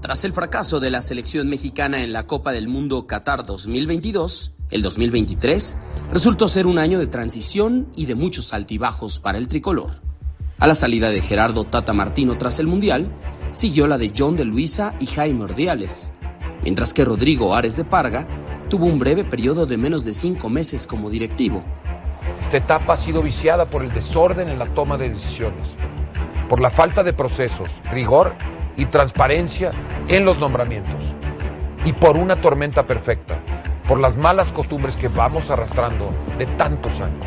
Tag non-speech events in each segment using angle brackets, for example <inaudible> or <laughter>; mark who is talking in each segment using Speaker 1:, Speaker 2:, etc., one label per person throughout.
Speaker 1: Tras el fracaso de la selección mexicana en la Copa del Mundo Qatar 2022, el 2023 resultó ser un año de transición y de muchos altibajos para el tricolor. A la salida de Gerardo Tata Martino tras el Mundial, siguió la de John de Luisa y Jaime Ordiales, mientras que Rodrigo Ares de Parga tuvo un breve periodo de menos de cinco meses como directivo.
Speaker 2: Esta etapa ha sido viciada por el desorden en la toma de decisiones, por la falta de procesos, rigor y transparencia en los nombramientos. Y por una tormenta perfecta, por las malas costumbres que vamos arrastrando de tantos años.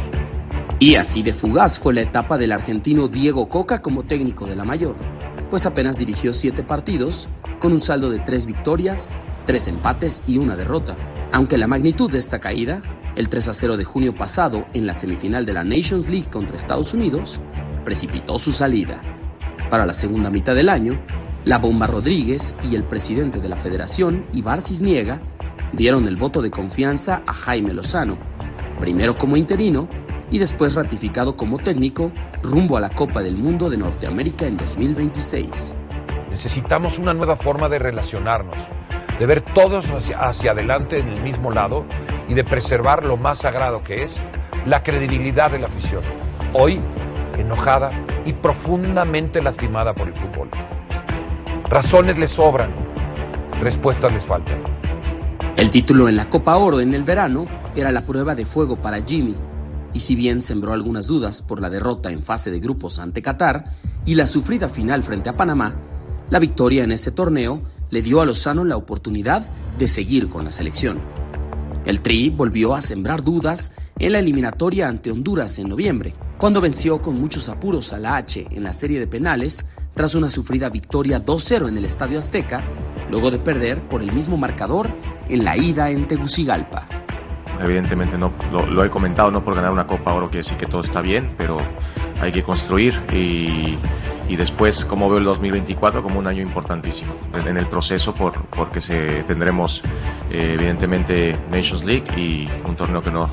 Speaker 1: Y así de fugaz fue la etapa del argentino Diego Coca como técnico de la mayor, pues apenas dirigió siete partidos, con un saldo de tres victorias, tres empates y una derrota. Aunque la magnitud de esta caída, el 3 a 0 de junio pasado en la semifinal de la Nations League contra Estados Unidos, precipitó su salida. Para la segunda mitad del año, la Bomba Rodríguez y el presidente de la federación, Ibar Cisniega, dieron el voto de confianza a Jaime Lozano, primero como interino y después ratificado como técnico rumbo a la Copa del Mundo de Norteamérica en 2026.
Speaker 2: Necesitamos una nueva forma de relacionarnos, de ver todos hacia, hacia adelante en el mismo lado y de preservar lo más sagrado que es la credibilidad de la afición, hoy enojada y profundamente lastimada por el fútbol. Razones les sobran, respuestas les faltan.
Speaker 1: El título en la Copa Oro en el verano era la prueba de fuego para Jimmy, y si bien sembró algunas dudas por la derrota en fase de grupos ante Qatar y la sufrida final frente a Panamá, la victoria en ese torneo le dio a Lozano la oportunidad de seguir con la selección. El Tri volvió a sembrar dudas en la eliminatoria ante Honduras en noviembre, cuando venció con muchos apuros a la H en la serie de penales tras una sufrida victoria 2-0 en el Estadio Azteca, luego de perder por el mismo marcador en la ida en Tegucigalpa.
Speaker 3: Evidentemente no lo, lo he comentado, no por ganar una Copa Oro quiere decir que todo está bien, pero hay que construir y, y después como veo el 2024 como un año importantísimo en, en el proceso por, porque se, tendremos eh, evidentemente Nations League y un torneo que no,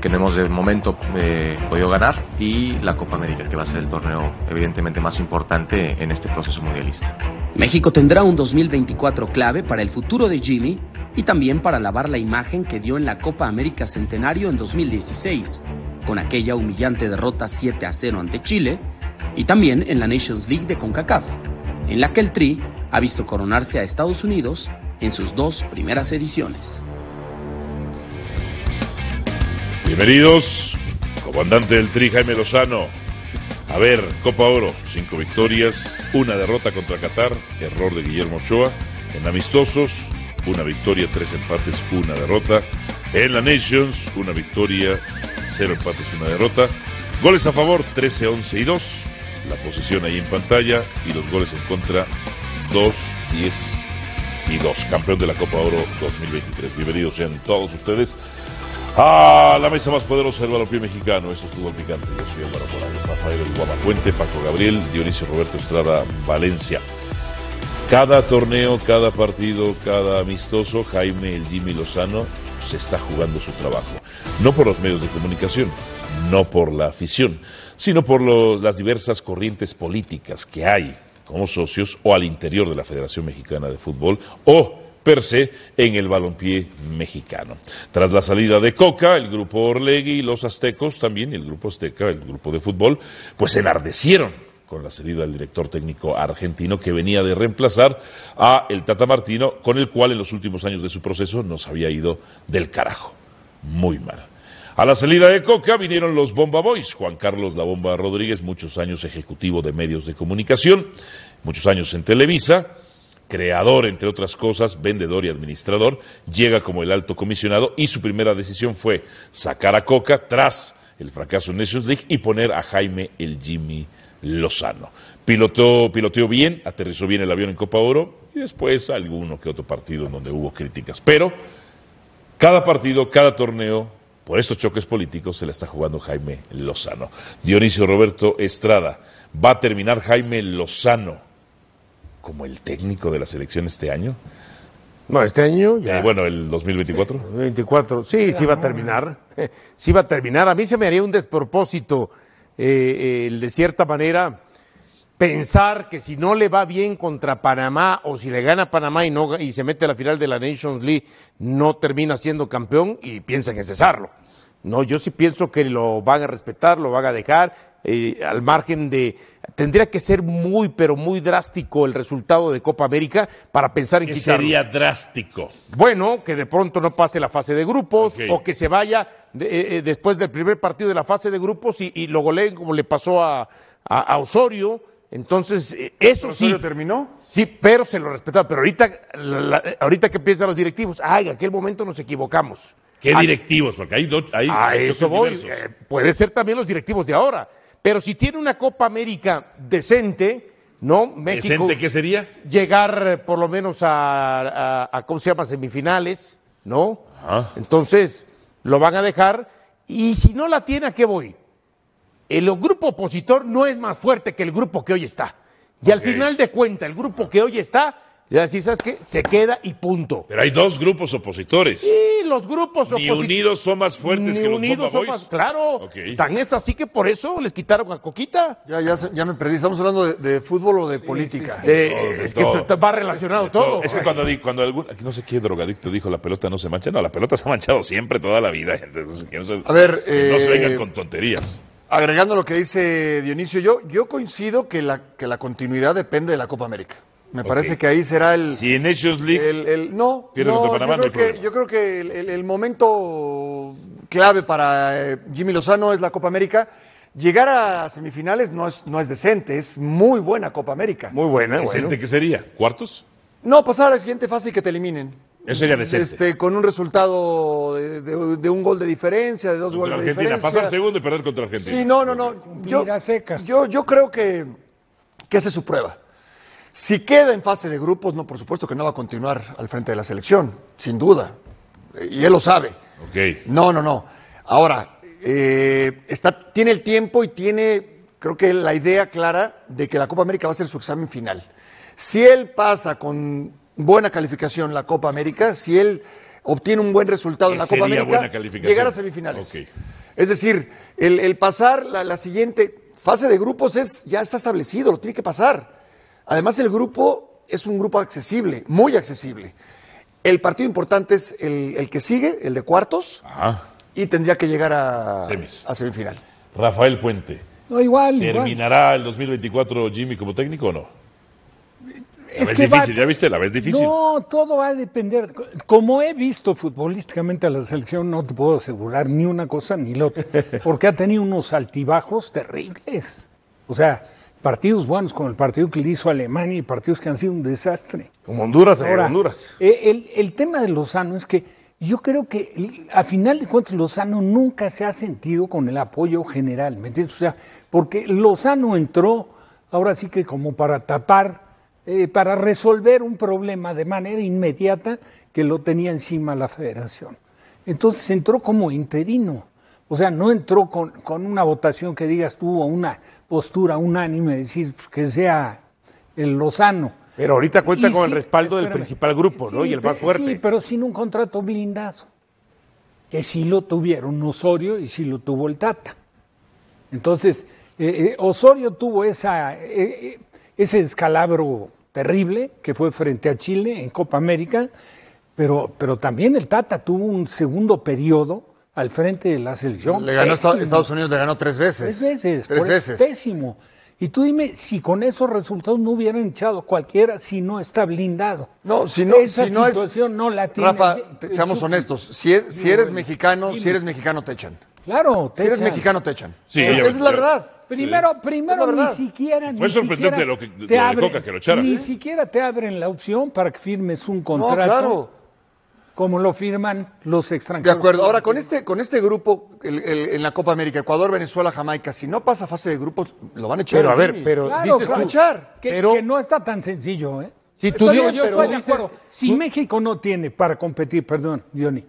Speaker 3: que no hemos de momento eh, podido ganar y la Copa América, que va a ser el torneo evidentemente más importante en este proceso mundialista.
Speaker 1: México tendrá un 2024 clave para el futuro de Jimmy y también para lavar la imagen que dio en la Copa América Centenario en 2016, con aquella humillante derrota 7 a 0 ante Chile y también en la Nations League de CONCACAF, en la que el Tri ha visto coronarse a Estados Unidos en sus dos primeras ediciones.
Speaker 4: Bienvenidos, comandante del Tri Jaime Lozano. A ver, Copa Oro, cinco victorias, una derrota contra Qatar, error de Guillermo Ochoa. En amistosos, una victoria, tres empates, una derrota. En la Nations, una victoria, cero empates, una derrota. Goles a favor, 13, 11 y 2. La posesión ahí en pantalla y los goles en contra, 2, 10 y 2. Campeón de la Copa Oro 2023. Bienvenidos sean todos ustedes. Ah, la mesa más poderosa del balompié mexicano. Esto es Fútbol Picante. Yo soy Álvaro Morales, Rafael El Guamacuente, Paco Gabriel, Dionisio Roberto Estrada, Valencia. Cada torneo, cada partido, cada amistoso, Jaime El Jimmy Lozano se está jugando su trabajo. No por los medios de comunicación, no por la afición, sino por los- las diversas corrientes políticas que hay como socios o al interior de la Federación Mexicana de Fútbol o per se en el balompié mexicano. Tras la salida de Coca, el grupo Orlegui y los aztecos también, y el grupo azteca, el grupo de fútbol, pues se enardecieron con la salida del director técnico argentino que venía de reemplazar a el Tata Martino, con el cual en los últimos años de su proceso nos había ido del carajo, muy mal. A la salida de Coca vinieron los Bomba Boys, Juan Carlos La Bomba Rodríguez, muchos años ejecutivo de medios de comunicación, muchos años en Televisa, creador, entre otras cosas, vendedor y administrador, llega como el alto comisionado y su primera decisión fue sacar a Coca tras el fracaso en Nations League y poner a Jaime el Jimmy Lozano. Pilotó, piloteó bien, aterrizó bien el avión en Copa Oro y después alguno que otro partido en donde hubo críticas. Pero cada partido, cada torneo, por estos choques políticos se la está jugando Jaime Lozano. Dionisio Roberto Estrada, ¿va a terminar Jaime Lozano como el técnico de la selección este año?
Speaker 5: No, este año ya.
Speaker 4: Eh, bueno, el 2024.
Speaker 5: 24. Sí, sí va a terminar. <laughs> Sí va a terminar. A mí se me haría un despropósito eh, el de cierta manera pensar que si no le va bien contra Panamá o si le gana Panamá y no y se mete a la final de la Nations League no termina siendo campeón y piensan en cesarlo. No, yo sí pienso que lo van a respetar, lo van a dejar eh, al margen de tendría que ser muy pero muy drástico el resultado de Copa América para pensar en
Speaker 4: Que
Speaker 5: quitarlo.
Speaker 4: sería drástico.
Speaker 5: Bueno, que de pronto no pase la fase de grupos
Speaker 4: Ok.
Speaker 5: o que se vaya de- eh, después del primer partido de la fase de grupos y, y lo goleen como le pasó a, a- a Osorio. Entonces, eh, eso sí.
Speaker 6: ¿Osorio terminó?
Speaker 5: Sí, pero se lo respetaba. Pero ahorita, la- la- ahorita que piensan los directivos, ay, en aquel momento nos equivocamos.
Speaker 4: ¿Qué
Speaker 5: Ah,
Speaker 4: directivos? Porque hay, dos, hay
Speaker 5: a
Speaker 4: choques
Speaker 5: eso voy.
Speaker 4: diversos.
Speaker 5: Eh, puede ser también los directivos de ahora. Pero si tiene una Copa América decente, ¿no? México
Speaker 4: ¿Decente qué sería?
Speaker 5: llegar eh, por lo menos a, a- a, ¿cómo se llama? Semifinales, ¿no?
Speaker 4: Ajá.
Speaker 5: Entonces, lo van a dejar. Y si no la tiene, ¿a qué voy? El grupo opositor no es más fuerte que el grupo que hoy está. Y al
Speaker 4: Ok.
Speaker 5: final de cuenta, el grupo que hoy está, ya decir, ¿sabes qué? Se queda y punto.
Speaker 4: Pero hay dos grupos opositores.
Speaker 5: Y los grupos
Speaker 4: Ni
Speaker 5: opositores.
Speaker 4: unidos son más fuertes que los Bomba Boys.
Speaker 5: claro.
Speaker 4: Ok.
Speaker 5: Tan es así que por eso les quitaron a Coquita.
Speaker 6: Ya, ya, se- ya me perdí. Estamos hablando de, de fútbol o de política.
Speaker 5: Eh,
Speaker 4: todo, de
Speaker 5: es que esto
Speaker 4: todo.
Speaker 5: va relacionado todo.
Speaker 4: Es que cuando, di- cuando algún, no sé qué drogadicto dijo la pelota no se mancha, no, la pelota se ha manchado siempre toda la vida. <laughs> Entonces, que no se,
Speaker 6: A ver,
Speaker 4: que no se
Speaker 6: eh,
Speaker 4: vengan con tonterías.
Speaker 6: Agregando lo que dice Dionisio, yo, yo coincido que la, que la continuidad depende de la Copa América. Me parece que ahí será el...
Speaker 4: Si en Nations League
Speaker 6: el- el- no,
Speaker 4: Pierde
Speaker 6: no,
Speaker 4: contra Panamá,
Speaker 6: yo,
Speaker 4: no hay
Speaker 6: creo que,
Speaker 4: problema.
Speaker 6: yo creo que el, el- el momento clave para eh, Jimmy Lozano es la Copa América. Llegar a semifinales no es, no es decente, es muy buena Copa América.
Speaker 5: Muy buena, bueno.
Speaker 4: ¿Decente qué sería? ¿Cuartos?
Speaker 6: No, pasar a la siguiente fase y que te eliminen.
Speaker 4: Eso sería decente.
Speaker 6: Este, con un resultado de, de- de un gol de diferencia, de dos
Speaker 4: Contra
Speaker 6: goles de
Speaker 4: Argentina,
Speaker 6: diferencia.
Speaker 4: pasar segundo y perder contra Argentina.
Speaker 6: Sí, no, no, no. Yo, yo, yo creo que, que esa es su prueba. Si queda en fase de grupos, no, por supuesto que no va a continuar al frente de la selección, sin duda. Y él lo sabe.
Speaker 4: Ok.
Speaker 6: No, no, no. Ahora, eh, está, tiene el tiempo y tiene, creo que la idea clara de que la Copa América va a ser su examen final. Si él pasa con buena calificación la Copa América, si él obtiene un buen resultado en
Speaker 4: ¿Qué
Speaker 6: la Copa
Speaker 4: Eh, sería
Speaker 6: América,
Speaker 4: buena calificación?
Speaker 6: llegar a semifinales.
Speaker 4: Ok.
Speaker 6: Es decir, el, el pasar la, la siguiente fase de grupos es ya está establecido, lo tiene que pasar. Además, el grupo es un grupo accesible, muy accesible. El partido importante es el, el que sigue, el de cuartos,
Speaker 4: Ajá.
Speaker 6: y tendría que llegar a,
Speaker 4: Semis.
Speaker 6: a semifinal.
Speaker 4: Rafael Puente.
Speaker 7: No, igual, igual.
Speaker 4: ¿Terminará el 2024 Jimmy como técnico o no? La
Speaker 7: Es
Speaker 4: ves
Speaker 7: que va-
Speaker 4: difícil, ya viste, la ves difícil.
Speaker 7: No, todo va a depender. Como he visto futbolísticamente a la selección, no te puedo asegurar ni una cosa ni la otra,
Speaker 4: <laughs>
Speaker 7: porque ha tenido unos altibajos terribles. O sea, partidos buenos como el partido que le hizo a Alemania y partidos que han sido un desastre.
Speaker 5: Como Honduras, eh,
Speaker 7: Ahora,
Speaker 5: Honduras.
Speaker 7: eh, El, el tema de Lozano es que yo creo que el- a final de cuentas Lozano nunca se ha sentido con el apoyo general, ¿me entiendes? O sea, porque Lozano entró ahora sí que como para tapar, eh, para resolver un problema de manera inmediata que lo tenía encima la federación. Entonces entró como interino. O sea, no entró con, con una votación que digas tú o una postura unánime, decir pues, que sea el Lozano.
Speaker 5: Pero ahorita cuenta
Speaker 7: Y
Speaker 5: con el
Speaker 7: sí,
Speaker 5: respaldo del
Speaker 7: espérame.
Speaker 5: principal grupo, ¿no?
Speaker 7: Sí,
Speaker 5: Y el más
Speaker 7: pero-
Speaker 5: fuerte.
Speaker 7: Sí, pero sin un contrato blindado. Que sí lo tuvieron Osorio y sí lo tuvo el Tata. Entonces, eh, eh, Osorio tuvo esa, eh, eh, ese descalabro terrible que fue frente a Chile en Copa América, pero, pero también el Tata tuvo un segundo periodo al frente de la selección.
Speaker 6: Le ganó a Estados-
Speaker 7: Pésimo.
Speaker 6: Estados Unidos, le ganó tres veces.
Speaker 7: Tres veces.
Speaker 6: Tres
Speaker 7: por eso es
Speaker 6: veces.
Speaker 7: Pésimo. Y tú dime si con esos resultados no hubieran echado a cualquiera si no está blindado.
Speaker 6: No, si no,
Speaker 7: Esa
Speaker 6: si no es.
Speaker 7: situación no la tiene.
Speaker 6: Rafa, te-
Speaker 7: el
Speaker 6: seamos
Speaker 7: Chucky.
Speaker 6: honestos. Si, es- si eres mexicano,
Speaker 7: dime.
Speaker 6: si eres mexicano, te echan.
Speaker 7: Claro,
Speaker 6: Si eres
Speaker 7: echan.
Speaker 6: mexicano, te echan.
Speaker 4: Sí,
Speaker 6: Esa
Speaker 4: ya-
Speaker 6: es la
Speaker 4: ya-
Speaker 6: verdad.
Speaker 7: Primero,
Speaker 6: Es
Speaker 7: primero
Speaker 6: la
Speaker 7: ni
Speaker 6: verdad.
Speaker 7: siquiera.
Speaker 4: Fue
Speaker 7: ni
Speaker 4: sorprendente
Speaker 7: siquiera
Speaker 4: lo que- lo
Speaker 7: te
Speaker 4: de
Speaker 7: abren-
Speaker 4: Coca que lo echaran,
Speaker 7: Ni
Speaker 4: ¿eh?
Speaker 7: siquiera te abren la opción para que firmes un contrato.
Speaker 6: claro.
Speaker 7: como lo firman los
Speaker 6: De
Speaker 7: extranjeros.
Speaker 6: acuerdo. Ahora, con este, con este grupo el- el- en la Copa América, Ecuador, Venezuela, Jamaica, si no pasa fase de grupos, lo van a echar.
Speaker 5: Pero, a
Speaker 6: al
Speaker 5: ver,
Speaker 6: Jimmy.
Speaker 5: pero
Speaker 6: Claro,
Speaker 5: dices
Speaker 6: lo van a
Speaker 5: tú-
Speaker 6: echar.
Speaker 7: que,
Speaker 5: pero-
Speaker 7: que no está tan sencillo, ¿eh?
Speaker 5: Si
Speaker 6: Está
Speaker 5: tú
Speaker 6: bien,
Speaker 5: dices,
Speaker 7: yo
Speaker 6: pero-
Speaker 7: estoy de
Speaker 6: dices-
Speaker 7: acuerdo. Si México no tiene para competir, perdón, Johnny,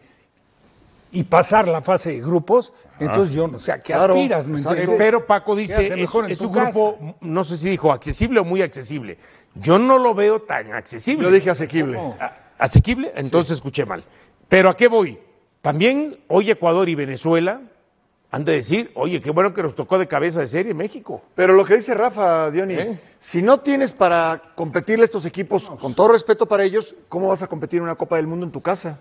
Speaker 7: y pasar la fase de grupos, entonces yo no sé a qué
Speaker 6: Claro,
Speaker 7: aspiras, ¿me
Speaker 6: exacto.
Speaker 5: Eh,
Speaker 7: entiendes?
Speaker 5: Pero Paco dice,
Speaker 7: Quédate
Speaker 5: es,
Speaker 7: mejor en
Speaker 5: es
Speaker 7: tu
Speaker 5: un grupo,
Speaker 7: casa.
Speaker 5: no sé si dijo accesible o muy accesible. Yo no lo veo tan accesible.
Speaker 6: Yo dije asequible.
Speaker 5: A- ¿Asequible? Entonces escuché mal. Pero ¿a qué voy? También hoy Ecuador y Venezuela han de decir, oye, qué bueno que nos tocó de cabeza de serie México.
Speaker 6: Pero lo que dice Rafa, Diony,
Speaker 5: ¿Eh?
Speaker 6: si no tienes para competirle a estos equipos, con todo respeto para ellos, ¿cómo vas a competir en una Copa del Mundo en tu casa?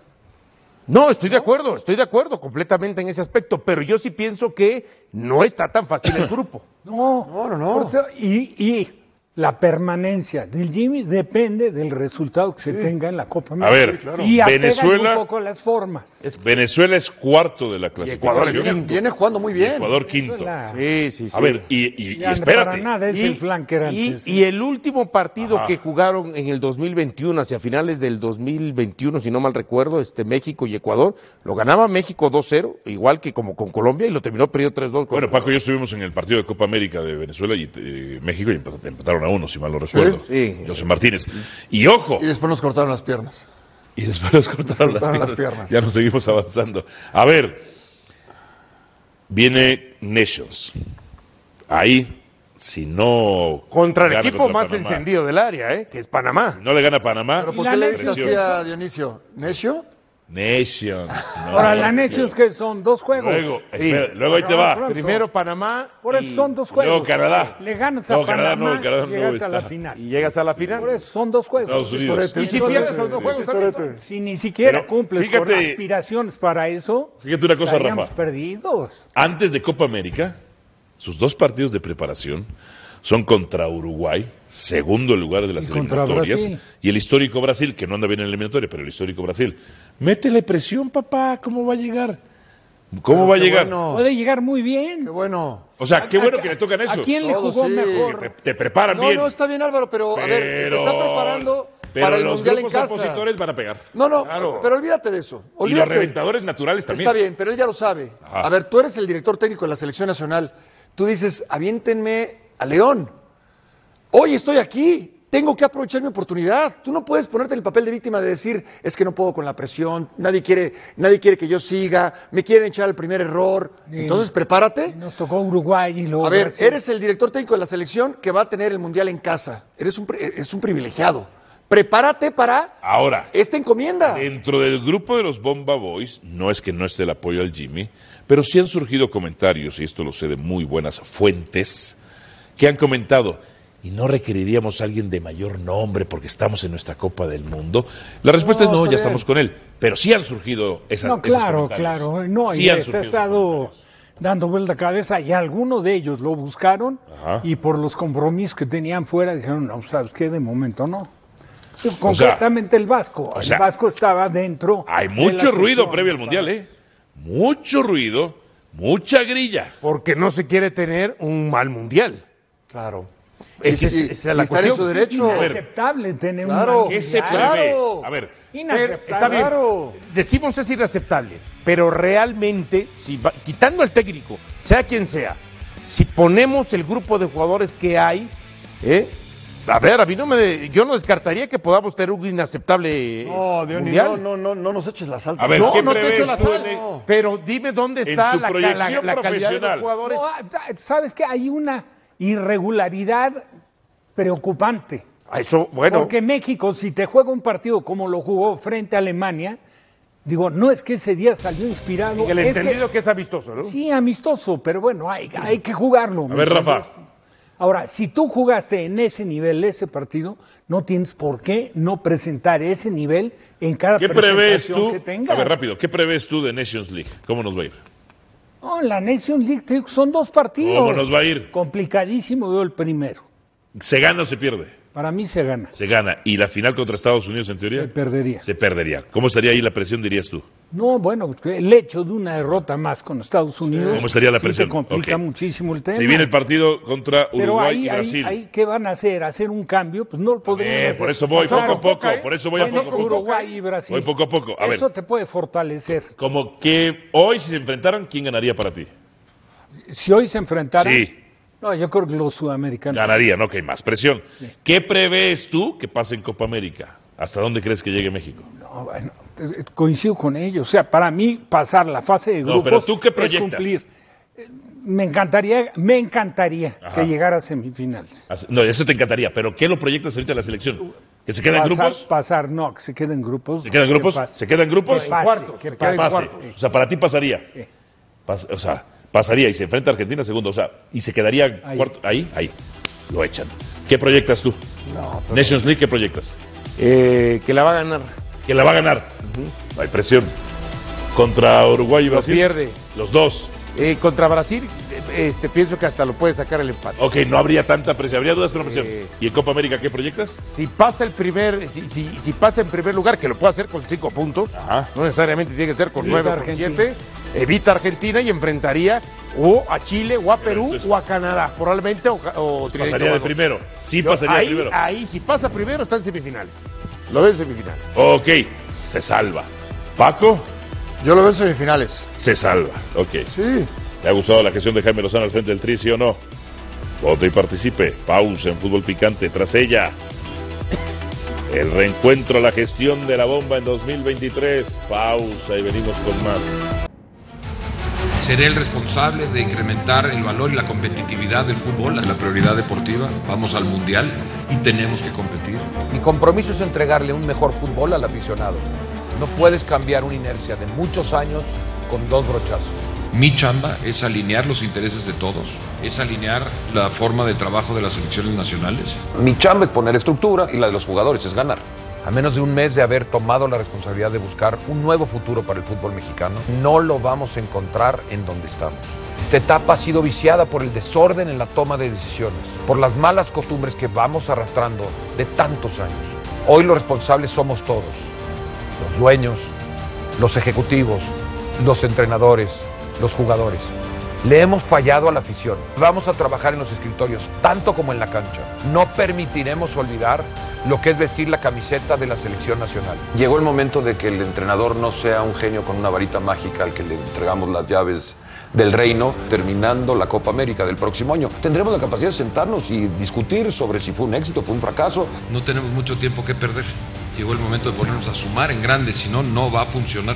Speaker 5: No, estoy de acuerdo, estoy de acuerdo completamente en ese aspecto, pero yo sí pienso que no está tan fácil el grupo.
Speaker 7: No,
Speaker 6: No, no, no.
Speaker 7: Por eso- y, y la permanencia del Jimmy depende del resultado que se tenga en la Copa
Speaker 4: A
Speaker 7: América.
Speaker 4: ver,
Speaker 7: y apegan
Speaker 4: Venezuela-
Speaker 7: un poco las formas.
Speaker 4: Venezuela es cuarto de la
Speaker 5: Ecuador es
Speaker 4: clasificación.
Speaker 5: quinto.
Speaker 6: Viene jugando muy bien.
Speaker 4: Ecuador quinto.
Speaker 7: Venezuela-
Speaker 5: Sí, sí, sí.
Speaker 4: A ver, y, y- y
Speaker 7: Ya
Speaker 4: espérate.
Speaker 7: Para nada es el flanker
Speaker 5: y-
Speaker 7: antes.
Speaker 5: y el último partido
Speaker 4: Ajá.
Speaker 5: que jugaron en el 2021, hacia finales del 2021, si no mal recuerdo, este México y Ecuador, lo ganaba México 2-0, igual que como con Colombia, y lo terminó perdiendo 3-2. con-
Speaker 4: Bueno, Paco y yo estuvimos en el partido de Copa América de Venezuela y eh, México y emp- empataron a uno, si mal no recuerdo.
Speaker 5: Sí.
Speaker 4: José Martínez. Y ojo,
Speaker 6: Y después nos cortaron las piernas.
Speaker 4: y después nos cortaron, las,
Speaker 6: cortaron
Speaker 4: piernas.
Speaker 6: las piernas.
Speaker 4: Ya nos seguimos avanzando. A ver, viene Nations. Ahí, si no.
Speaker 5: Contra el
Speaker 4: gana
Speaker 5: equipo
Speaker 4: contra
Speaker 5: más
Speaker 4: Panamá,
Speaker 5: encendido del área, ¿eh? que es Panamá.
Speaker 4: No le gana a Panamá.
Speaker 6: ¿Pero por
Speaker 7: la
Speaker 6: qué le
Speaker 7: neta-
Speaker 6: dices así a Dionisio? ¿Necio? <laughs>
Speaker 4: Nations. no,
Speaker 7: Ahora, la
Speaker 4: Nations.
Speaker 7: neta es que son dos juegos.
Speaker 4: Luego,
Speaker 5: Sí.
Speaker 4: espera, luego ahí te va.
Speaker 7: Pronto.
Speaker 5: Primero Panamá.
Speaker 7: Por eso
Speaker 5: y-
Speaker 7: son dos
Speaker 4: luego
Speaker 7: juegos.
Speaker 4: Canadá.
Speaker 7: Le ganas a
Speaker 4: No, Canadá
Speaker 7: Panamá
Speaker 4: no, Canadá no
Speaker 7: llegas a la
Speaker 4: está.
Speaker 7: final.
Speaker 5: Y llegas a la final.
Speaker 7: Por eso son dos
Speaker 4: Estados
Speaker 7: juegos.
Speaker 4: Unidos.
Speaker 6: Chistorete,
Speaker 7: Y si
Speaker 6: chistorete.
Speaker 7: pierdes los dos juegos,
Speaker 6: Chistorete.
Speaker 7: amigo, si ni siquiera
Speaker 4: Pero
Speaker 7: cumples con
Speaker 4: fíjate-
Speaker 7: aspiraciones para eso,
Speaker 4: Fíjate una cosa,
Speaker 7: estaríamos
Speaker 4: Rafa.
Speaker 7: perdidos.
Speaker 4: Antes de Copa América, sus dos partidos de preparación son contra Uruguay, segundo lugar de las
Speaker 7: Y contra
Speaker 4: eliminatorias,
Speaker 7: Brasil.
Speaker 4: y el histórico Brasil, que no anda bien en la eliminatoria, pero el histórico Brasil. Métele presión, papá, ¿cómo va a llegar? ¿Cómo va a
Speaker 6: qué
Speaker 4: llegar?
Speaker 6: bueno.
Speaker 7: Puede llegar muy bien.
Speaker 6: Qué bueno.
Speaker 4: O sea, qué bueno
Speaker 7: ¿A-
Speaker 4: que le tocan eso.
Speaker 7: ¿A quién le
Speaker 6: Todos,
Speaker 7: jugó
Speaker 6: sí.
Speaker 7: mejor?
Speaker 4: Te, te preparan
Speaker 6: No,
Speaker 4: bien.
Speaker 6: no, está bien Álvaro, pero, a ver, se está
Speaker 4: Pero-
Speaker 6: preparando
Speaker 4: pero
Speaker 6: para el
Speaker 4: los
Speaker 6: Mundial en
Speaker 4: grupos
Speaker 6: casa.
Speaker 4: opositores van a pegar.
Speaker 6: No, no,
Speaker 5: Claro.
Speaker 6: pero olvídate de eso.
Speaker 4: Y los
Speaker 6: Olvídate.
Speaker 4: reventadores naturales también. Ah.
Speaker 6: Está bien, pero él ya lo sabe.
Speaker 4: Ajá.
Speaker 6: A ver, tú eres el director técnico de la selección nacional. Tú dices, aviéntenme a León. Hoy estoy aquí. Tengo que aprovechar mi oportunidad. Tú no puedes ponerte en el papel de víctima de decir, es que no puedo con la presión, nadie quiere, nadie quiere que yo siga, me quieren echar al primer error. Entonces, prepárate.
Speaker 7: Nos tocó Uruguay y luego.
Speaker 6: A ver,
Speaker 7: Brasil.
Speaker 6: eres el director técnico de la selección que va a tener el mundial en casa. Eres un, pri- es un privilegiado. Prepárate para
Speaker 4: Ahora,
Speaker 6: esta encomienda.
Speaker 4: Dentro del grupo de los Bomba Boys, no es que no esté el apoyo al Jimmy, pero sí han surgido comentarios, y esto lo sé de muy buenas fuentes, que han comentado, y no requeriríamos a alguien de mayor nombre porque estamos en nuestra Copa del Mundo. La respuesta
Speaker 6: No,
Speaker 4: es no,
Speaker 6: está
Speaker 4: ya
Speaker 6: bien.
Speaker 4: estamos con él, pero sí han surgido esas
Speaker 7: No,
Speaker 4: esos
Speaker 7: claro,
Speaker 4: comentarios.
Speaker 7: claro. No,
Speaker 4: Sí
Speaker 7: y
Speaker 4: han
Speaker 7: les ha
Speaker 4: surgido esos
Speaker 7: estado
Speaker 4: comentarios.
Speaker 7: dando vuelta a cabeza y algunos de ellos lo buscaron
Speaker 4: Ajá.
Speaker 7: y por los compromisos que tenían fuera dijeron, no, ¿sabes qué? De momento no.
Speaker 4: sea,
Speaker 7: Concretamente el Vasco. El
Speaker 4: sea,
Speaker 7: Vasco estaba dentro.
Speaker 4: Hay
Speaker 7: de la
Speaker 4: mucho
Speaker 7: selección.
Speaker 4: ruido previo al Mundial, ¿eh? Mucho ruido, mucha grilla.
Speaker 5: Porque no se quiere tener un mal mundial.
Speaker 6: Claro.
Speaker 5: Ese es-
Speaker 6: Y- y-
Speaker 5: esa es la
Speaker 6: y estar en
Speaker 5: cuestión.
Speaker 6: su
Speaker 7: Pues Es
Speaker 6: derecho.
Speaker 7: inaceptable tener un
Speaker 6: Claro.
Speaker 7: mal
Speaker 4: ¿Qué se
Speaker 7: mundial.
Speaker 6: Claro.
Speaker 4: prevé? A ver,
Speaker 7: Inaceptable.
Speaker 5: Pero, está bien.
Speaker 6: Claro.
Speaker 5: Decimos es inaceptable, pero realmente, si va- quitando al técnico, sea quien sea, si ponemos el grupo de jugadores que hay, ¿eh? a ver, a mí no me, yo no descartaría que podamos tener un inaceptable eh,
Speaker 6: No, Dios mío,
Speaker 5: mundial.
Speaker 6: no, no, no, no nos eches la salta.
Speaker 4: A ver,
Speaker 5: No,
Speaker 4: ¿qué
Speaker 5: no te
Speaker 4: prevés
Speaker 5: echo la
Speaker 4: tú en
Speaker 5: sal,
Speaker 4: el-
Speaker 5: pero dime dónde
Speaker 4: en
Speaker 5: está
Speaker 4: tu
Speaker 5: la, la-
Speaker 4: proyección
Speaker 5: la calidad de los
Speaker 4: profesional?
Speaker 5: jugadores.
Speaker 7: No, ah, sabes que hay una irregularidad preocupante.
Speaker 5: A Eso, bueno,
Speaker 7: Porque México, si te juega un partido como lo jugó frente a Alemania, digo, no es que ese día salió inspirado.
Speaker 5: el
Speaker 7: es que-
Speaker 5: entendido que... es amistoso, ¿no?
Speaker 7: sí, amistoso, pero bueno, hay, hay que jugarlo.
Speaker 4: a ver, Rafa.
Speaker 7: Ahora, si tú jugaste en ese nivel ese partido, no tienes por qué no presentar ese nivel en cada
Speaker 4: ¿Qué
Speaker 7: presentación
Speaker 4: prevés tú?
Speaker 7: que
Speaker 4: A
Speaker 7: tengas.
Speaker 4: ver, rápido, ¿qué prevés tú de Nations League? ¿Cómo nos va a ir?
Speaker 7: No, la Nation League te digo, son dos partidos.
Speaker 4: ¿Cómo nos va a ir?
Speaker 7: Complicadísimo veo el primero.
Speaker 4: ¿Se gana o se pierde?
Speaker 7: Para mí se gana.
Speaker 4: Se gana. ¿Y la final contra Estados Unidos, en teoría?
Speaker 7: Se perdería.
Speaker 4: Se perdería. ¿Cómo estaría ahí la presión, dirías tú?
Speaker 7: No, bueno, porque el hecho de una derrota más con Estados Unidos
Speaker 4: ¿Cómo estaría la
Speaker 7: sí te
Speaker 4: presión?
Speaker 7: complica
Speaker 4: Ok.
Speaker 7: muchísimo el tema.
Speaker 4: Se viene el partido contra
Speaker 7: Pero
Speaker 4: Uruguay
Speaker 7: ahí,
Speaker 4: y
Speaker 7: ahí-
Speaker 4: Brasil.
Speaker 7: ahí, ¿qué van a hacer? ¿Hacer un cambio? Pues no lo podrían
Speaker 4: Eh,
Speaker 7: hacer.
Speaker 4: por eso voy,
Speaker 7: Claro,
Speaker 4: poco a poco,
Speaker 7: ¿eh?
Speaker 4: por eso voy a
Speaker 7: Bueno,
Speaker 4: poco a poco.
Speaker 7: Uruguay y Brasil.
Speaker 4: Voy poco a poco. A ver,
Speaker 7: Eso te puede fortalecer.
Speaker 4: como que hoy si se enfrentaran, ¿quién ganaría para ti?
Speaker 7: Si hoy se enfrentaran...
Speaker 4: Sí.
Speaker 7: No, yo creo que los sudamericanos...
Speaker 4: Ganaría, ¿no? Que hay más presión. ¿Qué prevés tú que pase en Copa América? ¿Hasta dónde crees que llegue México?
Speaker 7: No, bueno, eh, coincido con ellos. O sea, para mí pasar la fase de
Speaker 4: No,
Speaker 7: grupos
Speaker 4: pero ¿tú qué
Speaker 7: es
Speaker 4: proyectas?
Speaker 7: cumplir. Eh, Me encantaría, me encantaría
Speaker 4: Ajá.
Speaker 7: que llegara a semifinales.
Speaker 4: As- No, eso te encantaría, pero ¿qué lo proyectas ahorita a la selección? ¿Que se quedan
Speaker 7: pasar,
Speaker 4: grupos?
Speaker 7: Pasar, no, que se queden grupos.
Speaker 4: ¿Se quedan grupos? ¿Se quedan grupos?
Speaker 7: Que pase,
Speaker 5: Cuartos,
Speaker 7: que
Speaker 5: se quedan
Speaker 7: pase.
Speaker 4: Pase. O sea, para ti pasaría. Pas- o sea, pasaría y se enfrenta a Argentina segundo. O sea, y se quedaría
Speaker 7: Ahí.
Speaker 4: cuarto. Ahí, ahí. Lo echan. ¿Qué proyectas tú? Nations League, ¿qué proyectas?
Speaker 5: Eh, que la va a ganar.
Speaker 4: que la va a ganar. No hay presión. Contra Uruguay y
Speaker 5: Lo
Speaker 4: Brasil.
Speaker 5: pierde.
Speaker 4: Los dos.
Speaker 5: Eh, contra Brasil, eh, este, pienso que hasta lo puede sacar el empate.
Speaker 4: Ok, no habría tanta presión. Habría dudas, pero presión.
Speaker 5: Eh.
Speaker 4: ¿Y en Copa América qué proyectas?
Speaker 5: Si pasa el primer, si, si- si pasa en primer lugar, que lo puede hacer con cinco puntos,
Speaker 4: Ajá.
Speaker 5: no necesariamente tiene que ser con
Speaker 7: Evita
Speaker 5: nueve o con
Speaker 7: Argentina.
Speaker 5: siete, evita a Argentina y enfrentaría o a Chile, o a Perú,
Speaker 4: entonces-
Speaker 5: o a Canadá, probablemente, o, o
Speaker 4: pues Pasaría de
Speaker 5: Trinidad y Tobago.
Speaker 4: primero. Sí,
Speaker 5: Yo-
Speaker 4: pasaría de
Speaker 5: ahí,
Speaker 4: primero.
Speaker 5: ahí, si pasa primero, está en semifinales. Lo veo en semifinales.
Speaker 4: Ok, se salva. Paco,
Speaker 6: Yo lo veo en semifinales.
Speaker 4: se salva. Ok.
Speaker 6: Sí.
Speaker 4: ¿Le ha gustado la gestión de Jaime Lozano al frente del Tri, sí o no? Vote y participe. Pausa en Fútbol Picante. Tras ella, el reencuentro a la gestión de la bomba en 2023. Pausa y venimos con más.
Speaker 8: Seré el responsable de incrementar el valor y la competitividad del fútbol, la prioridad deportiva. Vamos al mundial y tenemos que competir.
Speaker 9: Mi compromiso es entregarle un mejor fútbol al aficionado. No puedes cambiar una inercia de muchos años con dos brochazos.
Speaker 8: Mi chamba es alinear los intereses de todos, es alinear la forma de trabajo de las selecciones nacionales.
Speaker 9: Mi chamba es poner estructura y la de los jugadores es ganar. A menos de un mes de haber tomado la responsabilidad de buscar un nuevo futuro para el fútbol mexicano, no lo vamos a encontrar en donde estamos. Esta etapa ha sido viciada por el desorden en la toma de decisiones, por las malas costumbres que vamos arrastrando de tantos años. Hoy los responsables somos todos, los dueños, los ejecutivos, los entrenadores, los jugadores. Le hemos fallado a la afición. Vamos a trabajar en los escritorios, tanto como en la cancha. No permitiremos olvidar lo que es vestir la camiseta de la selección nacional.
Speaker 8: Llegó el momento de que el entrenador no sea un genio con una varita mágica al que le entregamos las llaves del reino, terminando la Copa América del próximo año. Tendremos la capacidad de sentarnos y discutir sobre si fue un éxito, fue un fracaso. No tenemos mucho tiempo que perder. Llegó el momento de ponernos a sumar en grande, si no, no va a funcionar.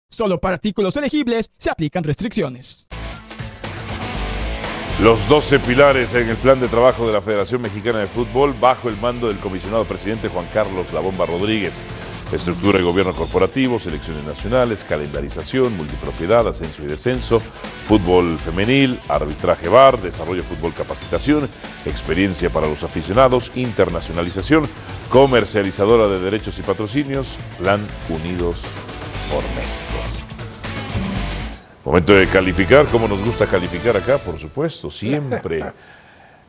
Speaker 10: Solo para artículos elegibles se aplican restricciones.
Speaker 4: Los 12 pilares en el plan de trabajo de la Federación Mexicana de Fútbol bajo el mando del comisionado presidente Juan Carlos La Bomba Rodríguez. Estructura de gobierno corporativo, selecciones nacionales, calendarización, multipropiedad, ascenso y descenso, fútbol femenil, arbitraje bar, desarrollo fútbol capacitación, experiencia para los aficionados, internacionalización, comercializadora de derechos y patrocinios, plan Unidos por México. Momento de calificar, como nos gusta calificar acá, por supuesto,
Speaker 5: <laughs>
Speaker 4: siempre.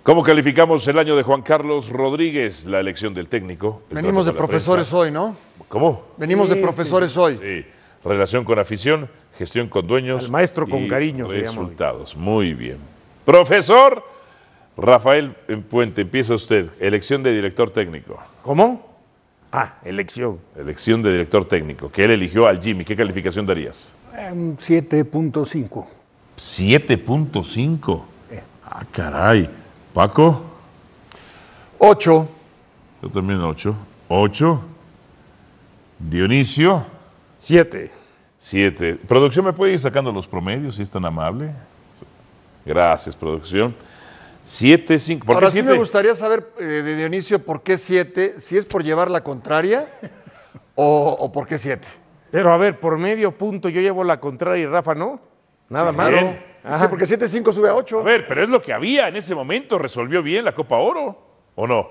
Speaker 4: ¿Cómo calificamos el año de Juan Carlos Rodríguez, la elección del técnico? el
Speaker 6: Venimos de
Speaker 4: trato con la
Speaker 6: profesores
Speaker 4: prensa?
Speaker 6: hoy, ¿no?
Speaker 4: ¿Cómo?
Speaker 6: Venimos de profesores hoy.
Speaker 4: Sí. Relación con afición, gestión con dueños.
Speaker 5: Al maestro con
Speaker 4: y
Speaker 5: cariño se llama hoy.
Speaker 4: Resultados, muy bien. Profesor Rafael Puente, empieza usted. Elección de director técnico.
Speaker 5: ¿Cómo? Ah, elección.
Speaker 4: Elección de director técnico, que él eligió al Jimmy. ¿Qué calificación darías?
Speaker 7: Eh, un 7.5.
Speaker 4: 7.5.
Speaker 5: Eh.
Speaker 4: Ah, caray. Paco,
Speaker 6: 8.
Speaker 4: yo también 8. 8. Dionisio,
Speaker 5: 7.
Speaker 4: 7. Producción, ¿me puede ir sacando los promedios si es tan amable? Gracias, producción. 7, 5. ¿Por
Speaker 6: Ahora
Speaker 4: qué
Speaker 6: sí me
Speaker 4: 7?
Speaker 6: gustaría saber eh, de Dionisio por qué 7, si es por llevar la contraria o, o por qué 7.
Speaker 5: Pero a ver, por medio punto yo llevo la contraria y Rafa no. Nada
Speaker 4: Sí,
Speaker 5: más.
Speaker 4: bien.
Speaker 5: Ajá.
Speaker 6: porque 7-5 sube a 8.
Speaker 4: A ver, pero es lo que había en ese momento. ¿Resolvió bien la Copa Oro o no?